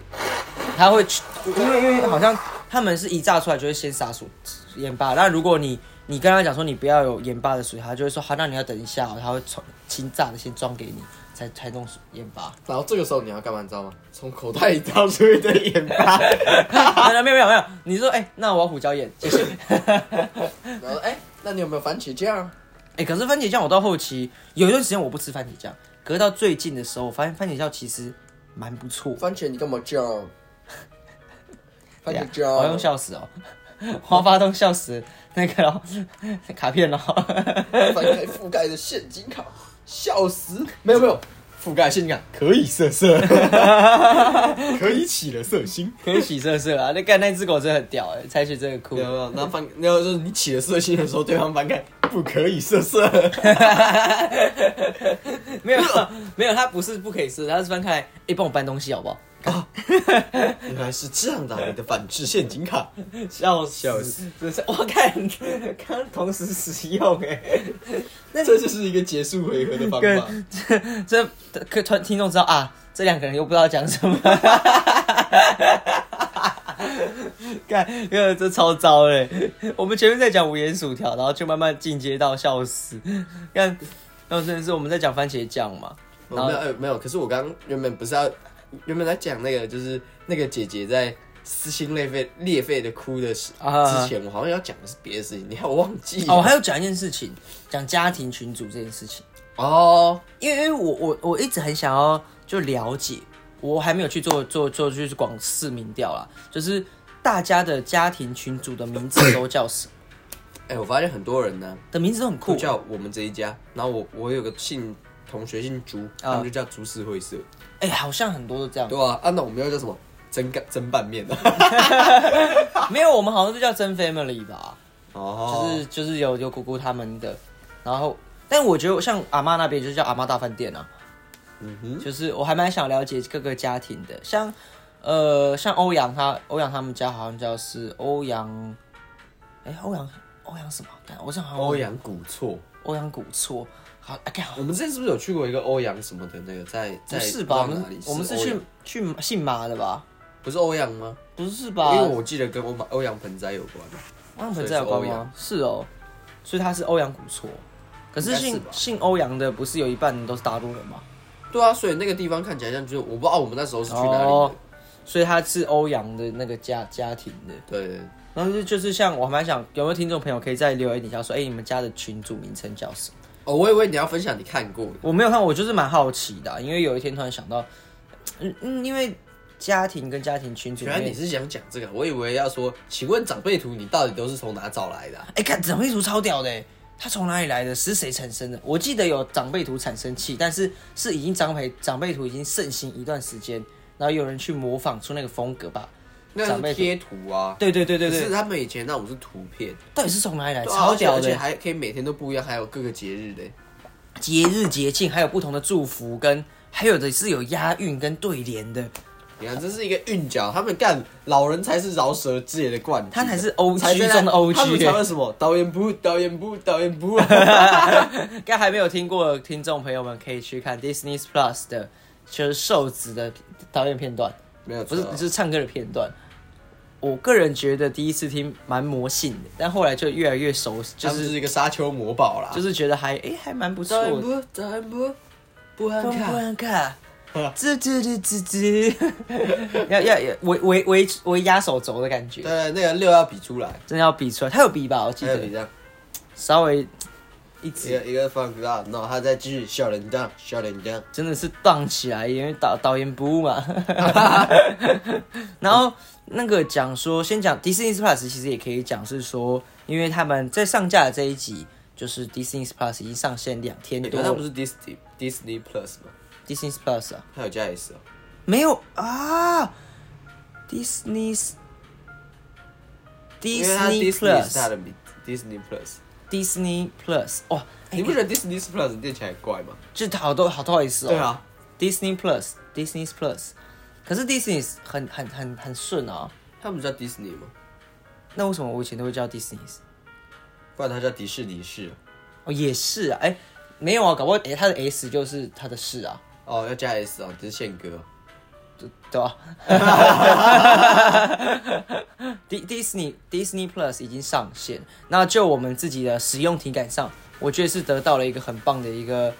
他会去，因为因为好像他们是一炸出来就会先撒薯盐巴，那如果你你跟他讲说你不要有盐巴的水，他就会说好，那你要等一下哦、他会从清炸的先装给你，才才弄盐巴。 <laughs> 然后这个时候你要干嘛，你知道吗？从口袋里掏出一堆盐巴，没有没有没有没有，你说哎、那我要胡椒盐，谢谢。然后哎、那你有没有番茄酱？哎、可是番茄酱我到后期有一段时间我不吃番茄酱，可是到最近的时候，我发现番茄酱其实蛮不错。番茄你干嘛酱？ <laughs> 番茄对啊我要用酱，笑死哦，花发动笑死那个咯卡片咯。翻开覆盖的现金卡，笑死！没有没有，覆盖现金卡可以色 <laughs> 色，可以起了色心。可以洗色色啊！那干那只狗真的很屌哎、采取这个酷没，有没有，然后翻，然后就是你起了色心的时候，对方翻开，不可以色色。没有没有，它不是不可以吃，它是翻开来，哎、帮我搬东西好不好？原来是这样的啊，你的反制现金卡。笑死笑死！真是我看刚刚同时使用哎、 <laughs> 这就是一个结束回合的方法。跟这这可团听众知道啊，这两个人又不知道讲什么， <laughs> 干，因为这超糟嘞。我们前面在讲无盐薯条，然后就慢慢进阶到笑死。干，然后真的是我们在讲番茄酱嘛，我然后没有、哎没有，可是我刚刚原本不是要，原本在讲那个就是那个姐姐在撕心裂肺裂肺的哭的时啊之前，我好像要讲的是别的事情，你看我忘记了哦，我还有讲一件事情，讲家庭群组这件事情，哦，因为因为我我我一直很想要就了解，我还没有去做做做就是广市民调啦，就是。大家的家庭群组的名字都叫什么？哎、我发现很多人呢、的名字都很不酷，啊叫我们这一家，然后我我有个姓同学姓朱，啊他们就叫朱氏会社，哎、好像很多都这样。对啊，啊，那我们要叫什么？蒸干蒸拌面的，没有，我们好像就叫真 family 吧，哦就是就是有有姑姑他们的，然后。但我觉得像阿妈那边就叫阿妈大饭店啊，嗯哼，就是我还蛮想了解各个家庭的，像呃像欧阳他欧阳他们家好像叫是欧阳，哎、欧阳欧阳什么？干我想好像欧阳古厝，欧阳古厝，好啊干好我们之前是不是有去过一个欧阳什么的那个在不在是吧？我不知道哪们里？我们是欧阳去去姓马的吧？不是欧阳吗？不是因吧？为我记得跟欧马欧阳盆栽有关，欧阳盆栽有关所以是欧吗阳？是哦，所以他是欧阳古厝。可是应该是姓吧姓欧阳的不是有一半都是大陆人吗？对啊，所以那个地方看起来像就是我不知道我们那时候是去哪里哦的，所以他是欧阳的那个家家庭的。对，然后就就是像我还蛮想有没有听众朋友可以再留言底下说，哎、你们家的群主名称叫什么？哦，我以为你要分享你看过的，我没有看，我就是蛮好奇的啊、因为有一天突然想到，嗯嗯，因为家庭跟家庭群主里原面，来你是想讲嗯这个，我以为要说，请问长辈图你到底都是从哪找来的啊、哎、看长辈图超屌的欸，它从哪里来的？是谁产生的？我记得有长辈图产生器，但是是已经长辈长辈图已经盛行一段时间，然后有人去模仿出那个风格吧？长那辈是图贴图啊，对对对对可是对，他们以前那种是图片，到底是从哪里来？对啊超屌而且而且的，还可以每天都不一样，还有各个节日的。欸节日节庆还有不同的祝福跟。还有的是有押韵跟对联的，你看，这是一个韵脚，他们干老人才是饶舌之类的冠军，啊他才啊是 OG 才在那中的欸 OG 他们才会什么导演部导演部导演 <laughs> 部，啊应 <laughs> 该还没有听过的听众朋友们可以去看 Disney Plus 的，就是瘦子的导演片段。没有不是错，就是唱歌的片段。我个人觉得第一次听蛮魔性的，但后来就越来越熟，就他们是是啊一个沙丘魔堡啦，就是觉得还诶还蛮不错导演的。部导演部不安不看，看 <laughs> 看，吱吱吱吱吱，要要要围围围围压手肘的感觉，对，那个六要比出来，真的要比出来。他有比吧？我记还有比得这样，稍微一一直个一个放歌啊，然后他再继续笑人当笑人当，真的是荡起来，因为导导演不误 <laughs> 嘛。然后那个讲说，先讲 Disney Plus，其实也可以讲是说，因为他们在上架的这一集，就是 Disney Plus 已经上线两天你多看他不了。是 Disney Disney Plus 吗？ Disney Plus 啊，他有加 S 哦，没有啊，Disney 因为他 Disney Disney 是他 Plus 的名字 Disney Plus， Disney Plus，哇，哎你不觉得 Disney Plus 念起来很怪吗？这好多好多意思哦。对啊，Disney Plus Disney Plus，可是 Disney 很很很很顺啊，他们叫 Disney 吗？那为什么我以前都会叫 Disney？不然他叫迪士尼是啊哦，也是啊，哎、没有啊，搞不好哎、他的 S 就是他的是啊，哦，要加 S 哦，这是宪哥。对对吧、 <laughs> 迪 Disney Disney Plus 已经上线，那就我们自己的使用体感上，我觉得是得到了一个很棒的一个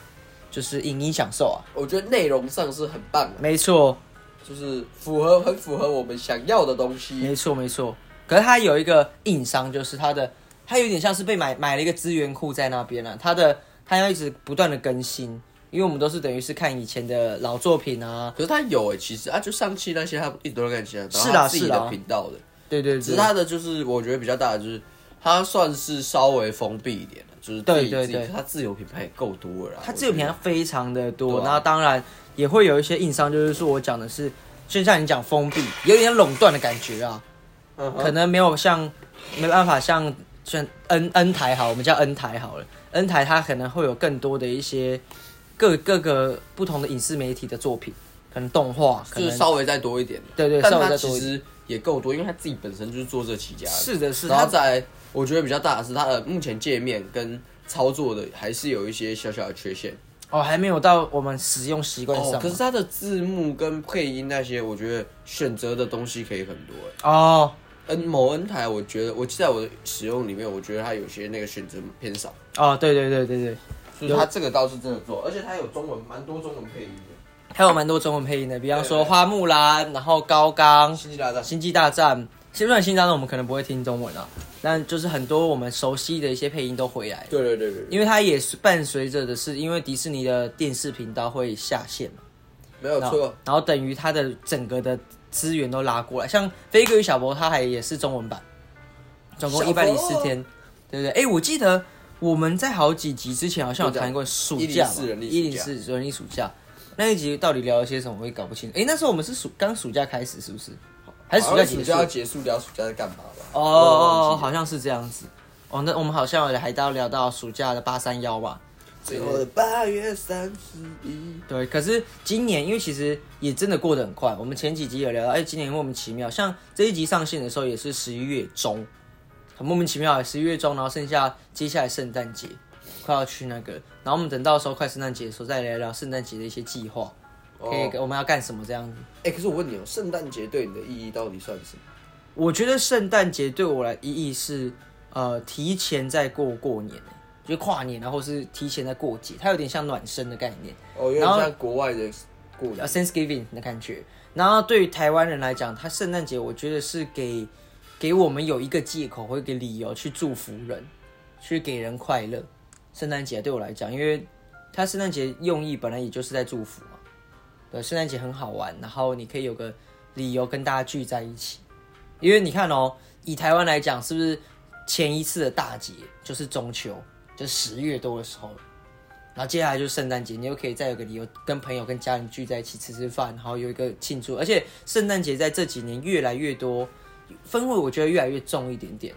就是影音享受啊。我觉得内容上是很棒的，没错，就是符合很符合我们想要的东西。没错，没错。可是它有一个硬伤，就是它的它有点像是被买买了一个资源库在那边啊，它的它要一直不断的更新，因为我们都是等于是看以前的老作品啊，可是他有哎、其实啊，就上期那些他一直都在更新啊，然后是啦他自己是啦的频道的，对对对，只是他的就是我觉得比较大的就是他算是稍微封闭一点的，就是自己对对自己对他自由品牌也够多了啦，它我自由品觉牌得非常的多，对啊那、当然也会有一些硬伤，就是说我讲的是，就像你讲封闭，有点垄断的感觉啊，嗯哼可能没有像没办法像像 N N 台好，我们叫 N 台好了，N 台它可能会有更多的一些各各个不同的影视媒体的作品，可能动画，可就是能稍微再多一点的，对对但稍微他再多一其点实也够多，因为他自己本身就是做这起家的，是的是的然后它再来我觉得比较大的是它的目前界面跟操作的还是有一些小小的缺陷。哦还没有到我们使用习惯上哦嘛，可是它的字幕跟配音那些，我觉得选择的东西可以很多哎。哦嗯，某 N 台，我觉得我记得在我的使用里面，我觉得它有些那个选择偏少，哦对对对对对，所以它这个倒是真的做，而且它有中文，蛮多中文配音的。还有蛮多中文配音的，比方说对对花木兰，然后高冈。星际大战，星际大战，虽然星际大战我们可能不会听中文啊，但就是很多我们熟悉的一些配音都回来了，对对对对对，因为它也是伴随着的是，因为迪士尼的电视频道会下线嘛，没有然后错，然后等于它的整个的资源都拉过来，像《飞哥与小博》，它还也是中文版，总共一百零四天，对不对？哎、我记得我们在好几集之前好像有谈过暑假嘛， 104人力暑假一零四人力暑假那一集到底聊了些什么，我也搞不清楚。哎、那时候我们是暑刚暑假开始是不是？还是暑好像暑假结束假？要结束聊暑假在干嘛吧？哦我哦，忘记了好像是这样子。哦，那我们好像还到聊到暑假的八三幺吧？最后的八月三十一，对，可是今年因为其实也真的过得很快，我们前几集有聊到，哎、今年莫名其妙，像这一集上线的时候也是十一月中，很莫名其妙，十一月中，然后剩下接下来圣诞节快要去那个，然后我们等到时候快圣诞节的时候再聊聊圣诞节的一些计划，可以、我们要干什么这样子。哎、可是我问你哦，圣诞节对你的意义到底算什么？我觉得圣诞节对我来意义是，呃，提前在过过年，就是跨年啊，或是提前在过节，它有点像暖身的概念。哦，有点然后像国外的过呃年， Thanksgiving 的感觉。然后对于台湾人来讲，他圣诞节我觉得是给给我们有一个借口或一个理由去祝福人，去给人快乐。圣诞节对我来讲，因为他圣诞节用意本来也就是在祝福嘛。对，圣诞节很好玩，然后你可以有个理由跟大家聚在一起。因为你看哦，以台湾来讲，是不是前一次的大节就是中秋，就十月多的时候，然后接下来就是圣诞节，你又可以再有个理由跟朋友、跟家人聚在一起吃吃饭，然后有一个庆祝。而且圣诞节在这几年越来越多氛围，我觉得越来越重一点点，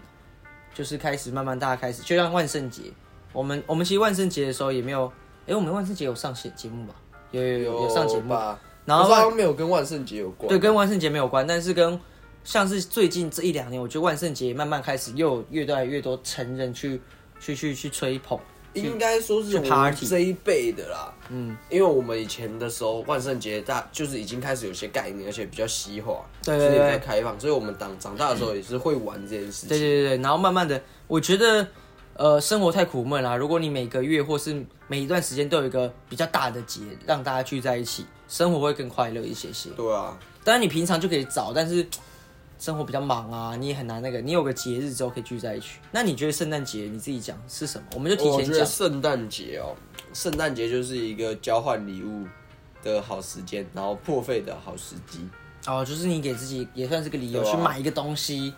就是开始慢慢大家开始，就像万圣节，我们我们其实万圣节的时候也没有，诶，我们万圣节有上节节目吧？有有有有上节目，吧？然后可是好像没有跟万圣节有关，对，跟万圣节没有关，但是跟像是最近这一两年，我觉得万圣节慢慢开始又有越来越多成人去去去去吹捧，应该说是去我们 party 这一辈的啦。嗯，因为我们以前的时候，万圣节大就是已经开始有些概念，而且比较西化，对所以对对在开放，所以我们长长大的时候也是会玩这件事情。对啊对对，对然后慢慢的，我觉得呃生活太苦闷了、如果你每个月或是每一段时间都有一个比较大的节，让大家聚在一起，生活会更快乐一些些。对啊，当然你平常就可以找，但是生活比较忙啊，你也很难那个。你有个节日之后可以聚在一起。那你觉得圣诞节你自己讲是什么？我们就提我前觉得讲。圣诞节哦，圣诞节就是一个交换礼物的好时间，然后破费的好时机。哦，就是你给自己也算是个理由、对啊去买一个东西，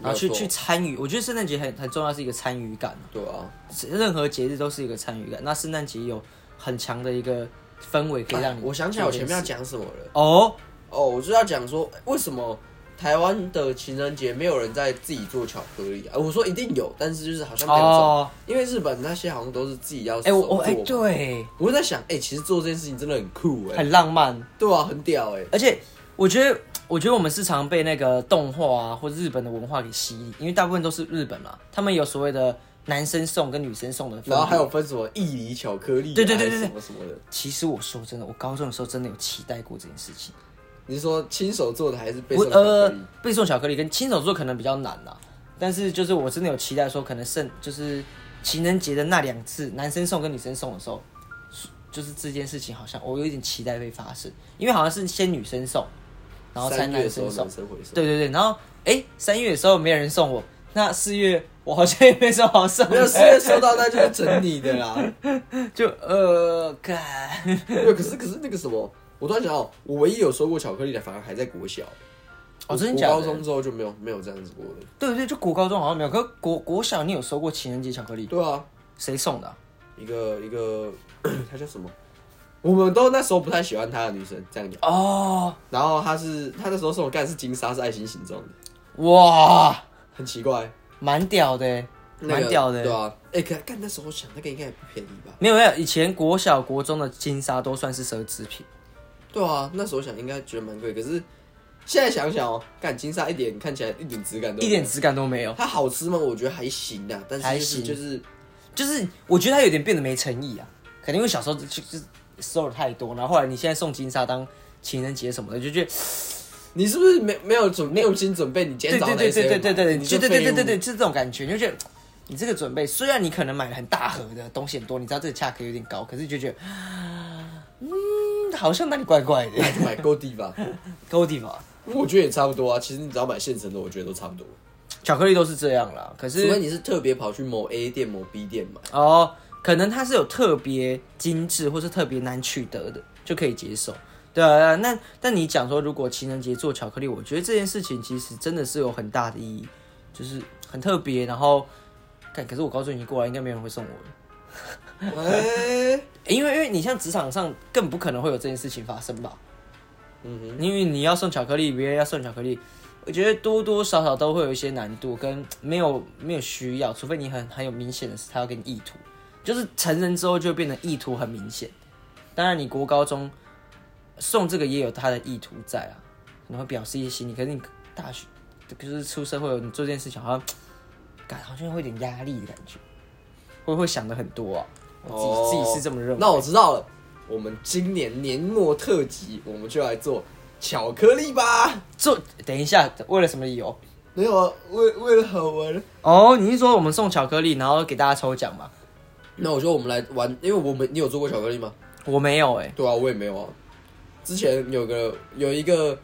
然后啊去没有错去参与。我觉得圣诞节很很重要，是一个参与感、对啊，任何节日都是一个参与感。那圣诞节有很强的一个氛围，可以让你、哎我想起来我前面要讲什么了。哦，哦，我就要讲说，为什么台湾的情人节没有人在自己做巧克力啊？我说一定有，但是就是好像没有做，哦因为日本那些好像都是自己要手哎、做。我我哎、对，我就在想，哎、其实做这件事情真的很酷哎、很浪漫，对啊，很屌哎、而且我觉得。我觉得我们是常被那个动画啊，或日本的文化给吸引，因为大部分都是日本嘛，他们有所谓的男生送跟女生送的分别。然后还有分什么意梨巧克力啊，对对对对还是对什么什么的。其实我说真的，我高中的时候真的有期待过这件事情。你是说亲手做的还是被我送巧克呃力？，背诵巧克力跟亲手做可能比较难啦，但是就是我真的有期待说，可能圣就是情人节的那两次，男生送跟女生送的时候，就是这件事情好像我有一点期待会发生，因为好像是先女生送，然后才三月男的时候生送男，生回收。对对对，然后哎三月的时候没有人送我，那四月我好像也没什么好送的，没有四月收到，那就是整你的啦。 <laughs> <laughs> 就呃，看对，可是可是那个什么，我突然想到，我唯一有收过巧克力的，反而还在国小。哦真的我假的高中之后就没有没有这样子过的。对对，就国高中好像没有，可是国国小你有收过情人节巧克力，对啊，谁送的啊、一个一个，她叫什么？我们都那时候不太喜欢她的女生，这样讲。哦，然后她是她那时候送我干的是金沙，是爱心形状的，哇，很奇怪，蛮屌的欸，那蛮个屌的对欸。啊，哎、可干那时候想那个应该也不便宜吧？没有没有，以前国小国中的金沙都算是奢侈品，对啊，那时候想应该觉得蛮贵，可是现在想想哦，干金沙一点看起来一点质感都没有一点质感都没有。它好吃吗？我觉得还行啊，但是还就是行就是就是我觉得它有点变得没诚意啊，可能因为小时候就就是收的太多，然后后来你现在送金沙当情人节什么的，就觉得你是不是没没有准没有心准备？你今对天早对上对来谁对会对对对，买你你就就对对废对物对对，就是这种感觉，你就觉得。你这个准备，虽然你可能买了很大盒的东西很多，你知道这个价格有点高，可是就觉得，嗯，好像哪里怪怪的。那就买 g o d i 吧。高地方，我觉得也差不多啊，其实你只要买现成的，我觉得都差不多。巧克力都是这样啦，可是除非你是特别跑去某 A 店、某 B 店买，哦，可能它是有特别精致或是特别难取得的，就可以接受。对啊，对啊那但你讲说，如果情人节做巧克力，我觉得这件事情其实真的是有很大的意义，就是很特别。然后，看，可是我告诉你，过来应该没有人会送我 <laughs> 的，哎、诶因为因为你像职场上更不可能会有这件事情发生吧？嗯哼，因为你要送巧克力，别人要送巧克力，我觉得多多少少都会有一些难度，跟没有没有需要，除非你很很有明显的是他要给你意图，就是成人之后就变得意图很明显。当然，你国高中送这个也有他的意图在啊，可能会表示一些心理，可是你大学就是出社会后，你做这件事情好像，感好像会有点压力的感觉，会会想的很多啊。我自己、自己是这么认为。哦那我知道了，我们今年年末特辑，我们就来做巧克力吧。做等一下，为了什么理由？没有啊，为为了好玩。哦，你是说我们送巧克力，然后给大家抽奖吗？那我说我们来玩，因为我们你有做过巧克力吗？我没有哎、对啊，我也没有啊。之前有个有一个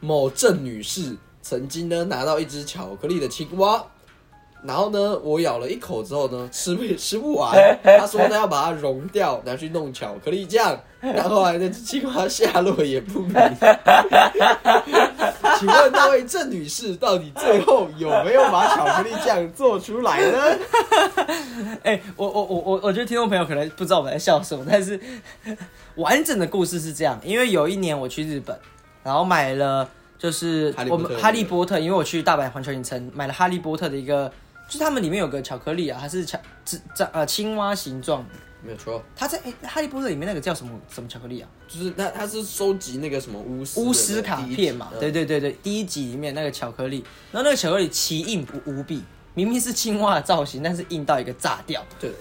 某郑女士，曾经呢拿到一只巧克力的青蛙，然后呢我咬了一口之后呢吃不吃不 <laughs> 完，她说呢要把它融掉，拿去弄巧克力酱，但后来那只青蛙下落也不 <laughs> 明。请问那位郑女士到底最后有没有把巧克力酱做出来 <laughs> 呢？ <laughs> 哎、我我我我我觉得听众朋友可能不知道我们在笑什么，但是完整的故事是这样：因为有一年我去日本，然后买了就是哈利我波特们哈利波特，因为我去大阪环球影城买了哈利波特的一个，就是他们里面有个巧克力啊，它是巧这这呃青蛙形状的，没有错，它在、哎哈利波特里面那个叫什么什么巧克力啊？就是他他是收集那个什么巫师的巫师卡第一片集嘛，嗯对对对对，第一集里面那个巧克力，然后那个巧克力奇硬无无比，明明是青蛙的造型，但是硬到一个炸掉，嗯对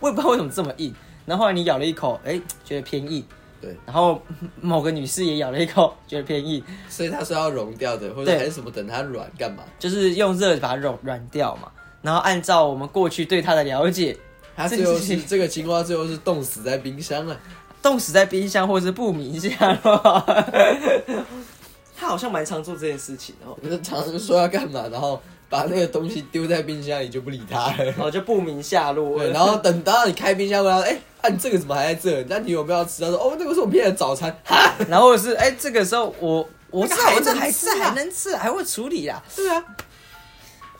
我也不知道为什么这么硬。然后后来你咬了一口，哎、觉得偏硬，对。然后嗯某个女士也咬了一口，觉得偏硬，所以他说要融掉的，或者对还是什么等它软干嘛？就是用热把它软软掉嘛。然后按照我们过去对它的了解，它这最后件事是情这个青蛙最后是冻死在冰箱啊了。冻死在冰箱或是不明下，他好像蛮常做这件事情哦。我就常常说要干嘛，然后把那个东西丢在冰箱里就不理它了。 <laughs> 然哦后就不明下落，对，然后等到你开冰箱回来，哎、啊你这个怎么还在这？那你有没有要吃？他说哦，那个是我们夜的早餐。 <laughs> 哈，然后是哎、这个时候我我这这个还我能吃啊这还是还能吃，还会处理啦对啊。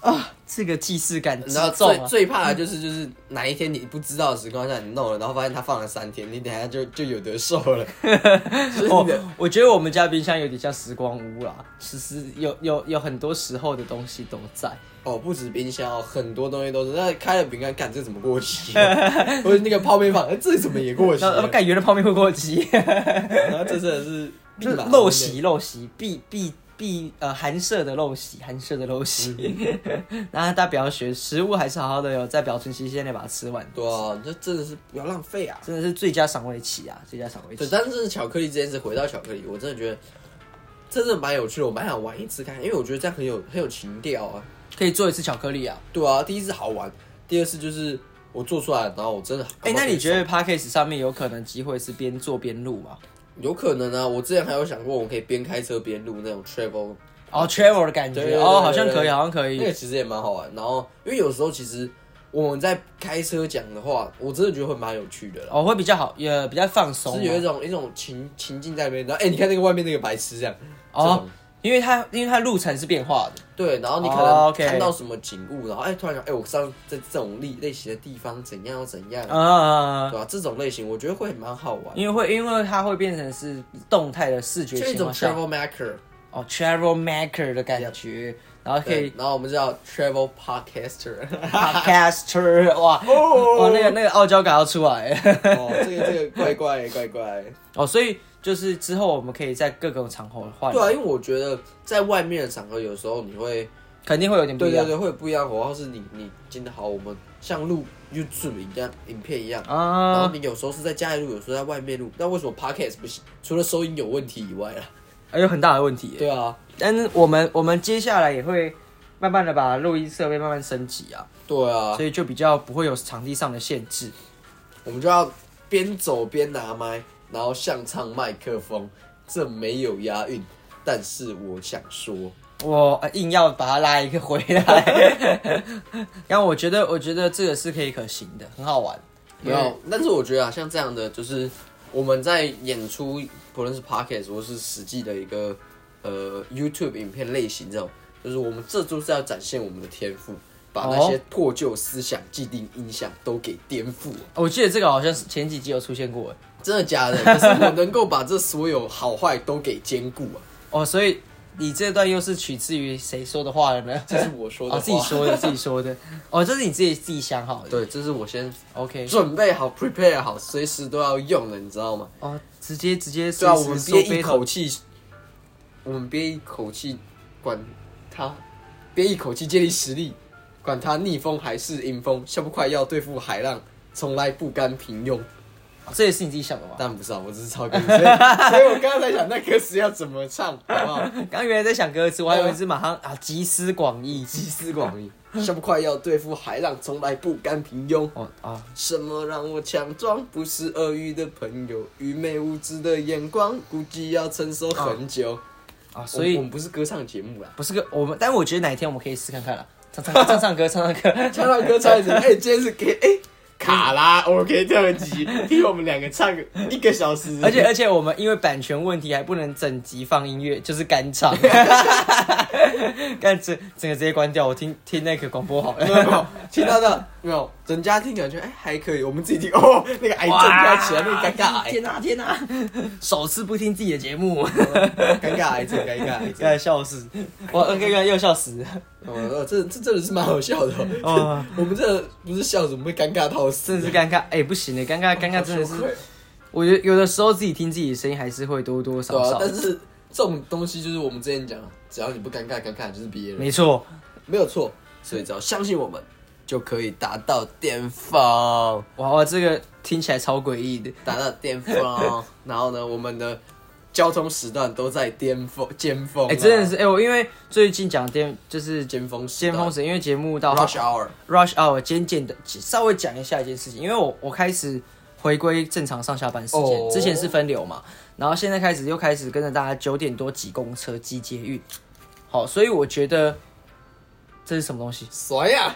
啊，这个既视感之然后重最啊！最怕的就是就是哪一天你不知道的情况下你弄了，然后发现它放了三天，你等一下就就有得受 <laughs> 了。就是你的哦，我觉得我们家冰箱有点像时光屋啦，其实有有有很多时候的东西都在。哦，不止冰箱哦，很多东西都是。那开了饼干，干这怎么过期？啊 <laughs> 或者那个泡面放，哎这怎么也过期 <laughs> 那了？呃干原来泡面会 <laughs> 过期，然后这真的是密就是码陋。习陋习，必必必呃韩舍的陋习，韩舍的陋习。嗯 <laughs> 然后大家不要学，食物还是好好的哦有在保存期限内把它吃完，对啊，这真的是不要浪费啊。真的是最佳赏味期啊，最佳赏味对，期。但是巧克力这件事，回到巧克力，我真的觉得真的蛮有趣的，我蛮想玩一次看看，因为我觉得这样很有很有情调啊。可以做一次巧克力啊。对啊，第一次好玩，第二次就是我做出来，然后我真的哎、那你觉得 podcast 上面有可能机会是边做边录吗？有可能啊？我之前还有想过，我可以边开车边录那种 travel 哦，travel 的感觉，对对对哦，好像对可对以，好像可那个以。其实也蛮好玩。然后，因为有时候其实我们在开车讲的话，我真的觉得会蛮有趣的啦，哦，会比较好，也比较放松啊就嘛。是有一种一种情情境在那边。然后，哎、你看那个外面那个白痴这样，这哦种，因为它因为它路程是变化的，对，然后你可哦能，OK 看到什么景物，然后哎、突然想，哎、我上次在这种类类型的地方怎样又怎样，啊、对吧、这种类型我觉得会蛮好玩，因为会因为它会变成是动态的视觉就一情种况下， travel maker，哦，travel maker 的感觉，然后可对 <laughs> 以，然后我们叫 travel <laughs> podcaster， podcaster，哇，哦，那个那个傲娇感要出来了。哦，这个这个怪怪怪怪。 <laughs> 哦，所以就是之后我们可以在各个场合换，对啊，因为我觉得在外面的场合，有时候你会，肯定会有点不对一对样对，会有不一样的火花。或是你你今天好，我们像录 YouTube 一样，影片一样，然后啊。你有时候是在家里录，有时候在外面录。那为什么 Podcast 不行？除了收音有问题以 <laughs> 外啦。啊哎有很大的问题耶。对啊，但是我们我们接下来也会慢慢的把录音设备慢慢升级啊，对啊，所以就比较不会有场地上的限制。我们就要边走边拿麦，然后像唱麦克风，这没有押韵，但是我想说，我硬要把它拉一个回来， <laughs> 然后我觉得我觉得这个是可以可行的，很好玩。没有。但是我觉得啊，像这样的就是我们在演出，不论是 podcast 或是实际的一个呃 YouTube 影片类型这种，就是我们这就是要展现我们的天赋，把那些哦破旧思想、既定印象都给颠覆。我记得这个好像是前几集有出现过，哎真的假的？可是我能够把这所有好坏都给兼顾啊！哦，所以你这段又是取自于谁说的话了呢？这是我说的哦，话，自己说的，自己说 <laughs> 的，哦，这是你自己自己想好的，对，这是我先，OK，准备好、prepare 好，随时都要用的，你知道吗？哦，直接直接对啊，我们憋随时说一 battle 口气，我们憋一口气，管他，憋一口气建立实力，管他逆风还是迎风，下不快要对付海浪，从来不甘平庸。这也是你自己想的吗？但不是啊，我只是超歌， <laughs> 所以所以我刚才想那歌词要怎么唱，好不好？ <laughs> 刚原来在想歌词，我还以为是马上啊集思广益，哦集思广益，下不快要对付海浪，从来不甘平庸。 <laughs> 哦哦，什么让我强壮？不是鳄鱼的朋友，愚昧无知的眼光，估计要承受很久。啊，所所以以我们不是歌唱节目啦，不是个我们，但我觉得哪一天我们可以试看看啦，<laughs> 唱唱唱唱歌，唱唱歌，唱唱歌唱一哎、今天是给哎、卡拉 OK 特辑，听我们两个唱一个小时， <laughs> 而且哎而且我们因为版权问题还不能整集放音乐，就是干 <laughs> 唱，干整整个直接关掉，我听听那个广播好没有没了。有听到的没有，人家听感觉哎、还可以，我们自己 <laughs> 听哦，那个癌症要起来，那个尴尬哎癌，天哪、天哪、首次不听自己的节目， <laughs> 尴尬癌症，尴尬癌 <laughs> 症。该笑死！我刚刚又笑死。哦，这这真的是蛮好笑的、哦哎哦，我们这不是笑怎么会尴尬到死？真的是尴尬，哎、不行的，尴尬，尴尬，真的好羞是，愧啊我觉得有的时候自己听自己的声音还是会多多对少啊少，，但是这种东西就是我们之前讲，的，只要你不尴尬，尴尬就是别人，没错，没有错。所以只要相信我们，就可以达到巅峰，哇哇，这个听起来超诡异的，达到巅 <laughs> 峰。然后呢，我们的交通时段都在巅峰，尖峰、哎、真的是，哎、我因为最近讲巅就是啊尖峰时先段，锋神，因为节目到 rush hour。 rush hour，简简的稍微讲一下一件事情，因为我我开始回归正常上下班时间哦之前是分流嘛，然后现在开始又开始跟着大家九点多挤公车、挤捷运，好，所以我觉得这是什么东西？甩呀，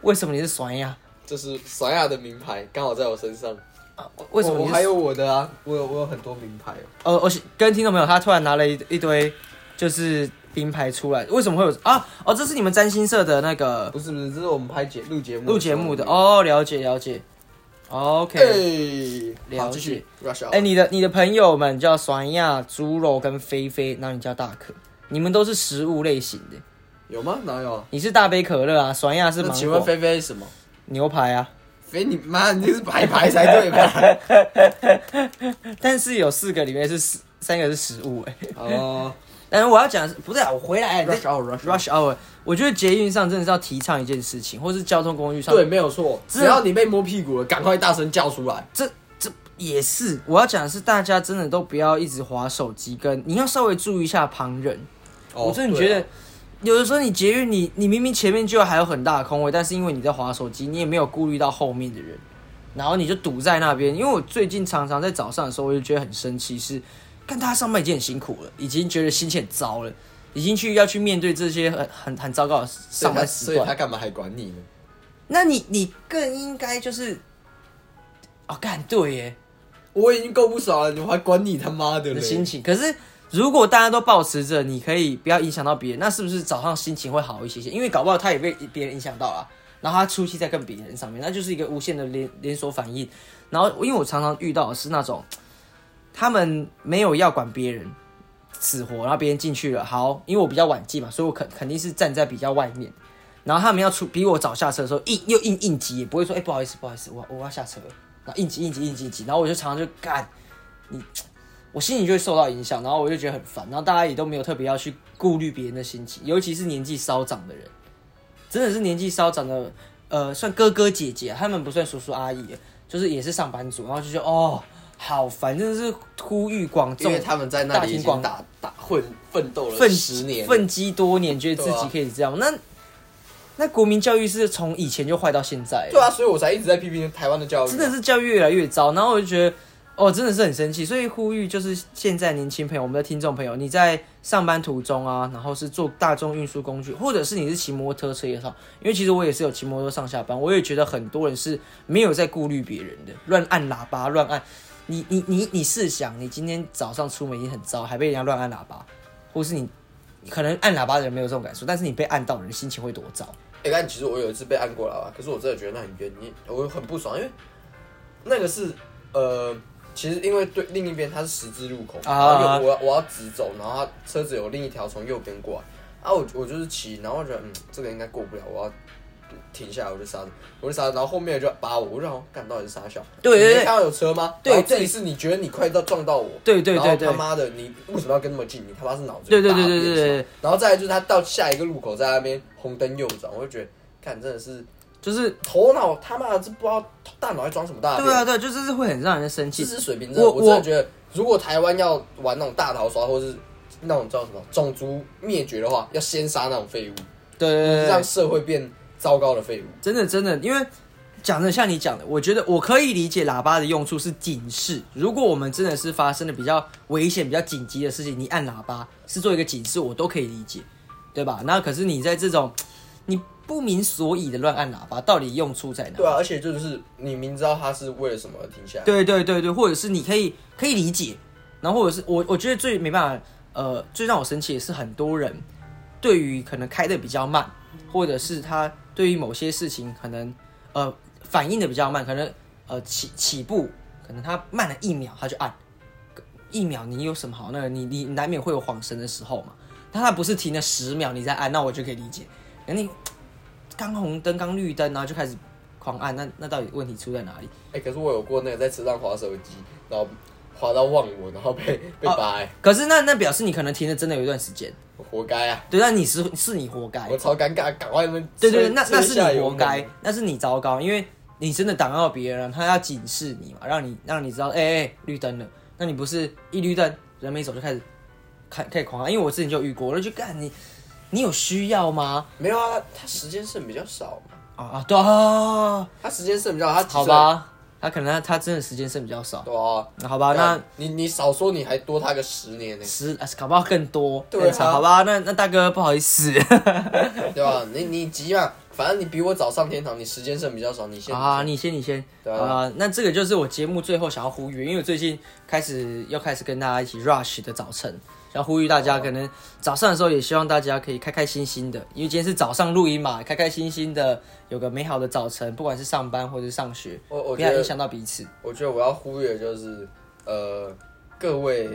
为什么你是酸呀？ <laughs> 这是甩呀的名牌，刚好在我身上。啊为什么我你我是还有我的啊？我有我有很多名牌哦。呃，我是跟听众朋友，他突然拿了一一堆就是名牌出来，为什么会有啊？哦，这是你们占星社的那个不是不是，这是我们拍节录节目录节目的时候。哦，了解了解，OK。哎，好，了继续 rush hour。哎、你的你的朋友们叫酸亚、猪肉跟菲菲，然后你叫大可，你们都是食物类型的。有吗？哪有啊？你是大杯可乐啊，酸亚是那芒请问果菲菲是什么？牛排啊，肥你妈！你这是白牌才对吧？ <laughs> 但是有四个里面是四三个是食物哎、 <laughs> 哦但是我要讲的是不是啊？我回来了，rush hour rush rush hour，我觉得捷运上真的是要提倡一件事情，或是交通工具上对，没有错。这只要你被摸屁股了，赶快大声叫出来。这这也是我要讲的是，大家真的都不要一直划手机，跟你要稍微注意一下旁人。哦我真的觉啊得，有的时候你节约你你明明前面就还有很大的空位，但是因为你在划手机，你也没有顾虑到后面的人，然后你就堵在那边。因为我最近常常在早上的时候，我就觉得很生气，是看大家上班已经很辛苦了，已经觉得心情很糟了。已经去要去面对这些很很很糟糕的所上以他班所时以段他，干嘛还管你呢？那你你更应该就是，哦，干对耶，我已经够不爽了，你还管你他妈的的嘞心？情。可是如果大家都保持着你可以不要影响到别人，那是不是早上心情会好一些些？因为搞不好他也被别人影响到了，然后他出气在跟别人上面，那就是一个无限的连连锁反应。啊然后因为我常常遇到的是那种，他们没有要管别人死活，然后别人进去了，好，因为我比较晚进嘛，所以我肯肯定是站在比较外面。然后他们要出比我早下车的时候，硬又硬硬急，也不会说哎、不好意思不好意思，我我要下车了，然后硬急硬急硬急硬急，然后我就常常就干，我心情就会受到影响，然后我就觉得很烦，然后大家也都没有特别要去顾虑别人的心情，尤其是年纪稍长的人，真的是年纪稍长的，呃，算哥哥姐姐，他们不算叔叔阿姨，就是也是上班族，然后就觉得哦，好烦，真的是呼吁广因众为他们在那大里已庭经广打打混奋斗了啊奋十年，奋激多年，觉得自己可以这样，那那国民教育是从以前就坏到现在，对啊，所以我才一直在批评台湾的教育。啊真的是教育越来越糟，然后我就觉得，哦，真的是很生气，所以呼吁就是现在年轻朋友，我们的听众朋友，你在上班途中啊，然后是坐大众运输工具，或者是你是骑摩托车也好，因为其实我也是有骑摩托上下班，我也觉得很多人是没有在顾虑别人的，乱按喇叭，乱按。你你你你试想，你今天早上出门已经很糟，还被人家乱按喇叭，或是你可能按喇叭的人没有这种感受，但是你被按到的人心情会多糟。哎、但其实我有一次被按过来啊，可是我真的觉得那很冤，你我很不爽，因为那个是呃，其实因为对另一边它是十字路口，然啊后有我要我要直走，然后它车子有另一条从右边过来，啊，我我就是骑，然后我觉得嗯，这个应该过不了，我要停下来，我就刹车，我就刹车，然后后面就扒我，我就想说干到底是傻笑，对对你没对看到有车吗？对然后这一次你觉得你快到撞到我，对对对然后对他妈的你为什么要跟那么近？你他妈是脑子对对有大对对对便是吗对对然后再来就是他到下一个路口在那边红灯右转，我就觉得，看真的是就是头脑他妈的是不知道大脑在装什么大便，对啊，对，就是会很让人生这气。是水平真的，我我真的我觉得如果台湾要玩那种大逃杀或是那种叫什么种族灭绝的话，要先杀那种废物，对对对对让社会变糟糕的废物。真的真的，因为讲真的像你讲的，我觉得我可以理解喇叭的用处是警示。如果我们真的是发生了比较危险、比较紧急的事情，你按喇叭是做一个警示，我都可以理解，对吧？那可是你在这种你不明所以的乱按喇叭，到底用处在哪？对啊，而且就是你明知道他是为了什么而停下来，对对对对，或者是你可以可以理解，然后或者是我我觉得最没办法，呃，最让我生气的是很多人对于可能开的比较慢，或者是他对于某些事情可能呃反应的比较慢，可能呃起起步可能他慢了一秒他就按，一秒你有什么好那个你你难免会有恍神的时候嘛，但他不是停了十秒你再按，那我就可以理解，那你刚红灯刚绿灯然后就开始狂按，那那到底问题出在哪里？哎、可是我有过那个在车上滑手机，然后滑到忘我，然后被被扒、欸，可是那那表示你可能停了真的有一段时间，我活该啊！对，那你是是你活该我，超尴尬，赶快那边对吹对，那那吹是下你油活门该，那是你糟糕，因为你真的挡到别人，他要警示你嘛，让你让你知道，哎、哎、绿灯了，那你不是一绿灯人没走就开始开开始狂按，啊因为我之前就遇过，我就干你，你有需要吗？没有啊，他时间剩比较少嘛，啊啊，对啊，他时间剩比较少，他好吧，他可能他他真的时间剩比较少几，岁，对啊，那好吧，那干你你少说你还多他个十年呢、十啊搞不好更多对啊更长，好吧，那那大哥不好意思。对吧？你你急嘛，反正你比我早上天堂，你时间剩比较少，你先啊，你先，你先，对啊啊、那这个就是我节目最后想要呼吁，因为我最近开始要开始跟大家一起 rush 的早晨，要呼吁大家，可哦能早上的时候也希望大家可以开开心心的，因为今天是早上录音嘛，开开心心的有个美好的早晨，不管是上班或者是上学，我我不觉要得影响到彼此。我觉得我要呼吁的就是，呃，各位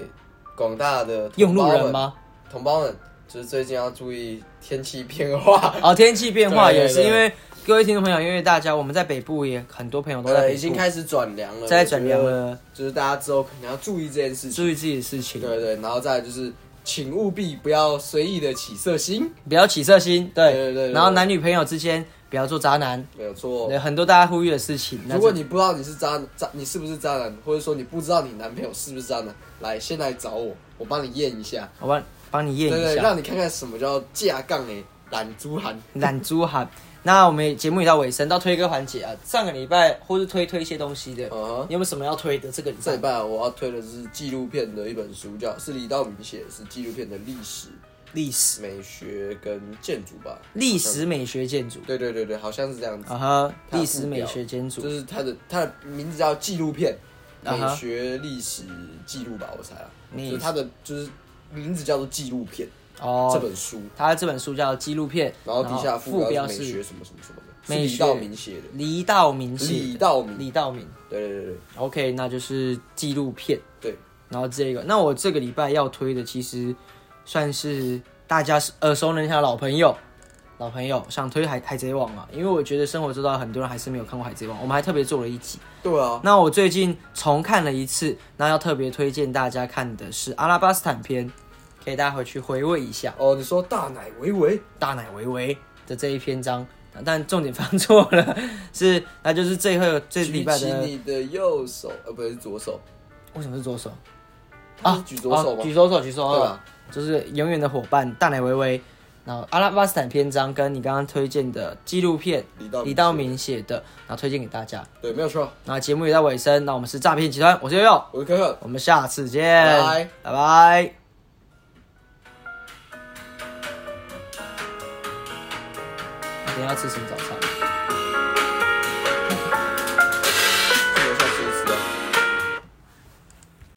广大的用同路胞人们，吗？同胞们，就是最近要注意天气变化。哦，天气变化对也是对啊因为各位听众朋友，因为大家我们在北部也很多朋友都在北呃，部，已经开始转凉了，在转凉我觉了，得，就是大家之后可能要注意这件事情。注意自己的事情，对对，然后再来就是，请务必不要随意的起色心，不要起色心，对对对对然后对男女朋友之间不要做渣男。没有错对。很多大家呼吁的事情。那如果这你不知道你是渣渣，你是不是渣男，或者说你不知道你男朋友是不是渣男，来先来找我，我帮你验一下，我帮帮你验对对，一下，让你看看什么叫架杠诶，懒猪寒。 <laughs> 懒猪喊。那我们节目也到尾声，到推歌环节啊。上个礼拜或是推推一些东西的，你啊，有没有什么要推的？这个礼这拜礼拜我要推的是纪录片的一本书，叫是李道明写的，是纪录片的历史、历史美学跟建筑吧。历史美学建筑对对对对，好像是这样子。啊哈，它历史附美表学建筑就是它的它的名字叫纪录片啊美哈学历史记录吧，我猜啊，你就是它的就是名字叫做纪录片这哦。本书，他这本书叫纪录片，然后底下副副标标是美学是什么什么什么的，是美学李道明写的，李道明写的李道明，李道明。对对对对 OK，那就是纪录片。对，然后这个，那我这个礼拜要推的其实算是大家耳熟能详的老朋友，老朋友想推海《海贼王》嘛，因为我觉得生活周遭很多人还是没有看过《海贼王》，我们还特别做了一集。对啊，那我最近重看了一次，那要特别推荐大家看的是《阿拉巴斯坦篇》，可以大家回去回味一下哦，你说大奶维维，大奶维维的这一篇章。但重点放错了，是那就是最后这礼举拜起的你的右手，呃，不是左手，为什么是左手？他是举左手啊吗？举左手，举左手，对吧就是永远的伙伴大奶维维。然后阿拉巴斯坦篇章跟你刚刚推荐的纪录片李道明李道明写的，然后推荐给大家。对，没有错，那节目也到尾声，那我们是诈骗集团，我是悠悠，我是可可。我们下次见，拜拜拜拜等一下要吃什么早餐？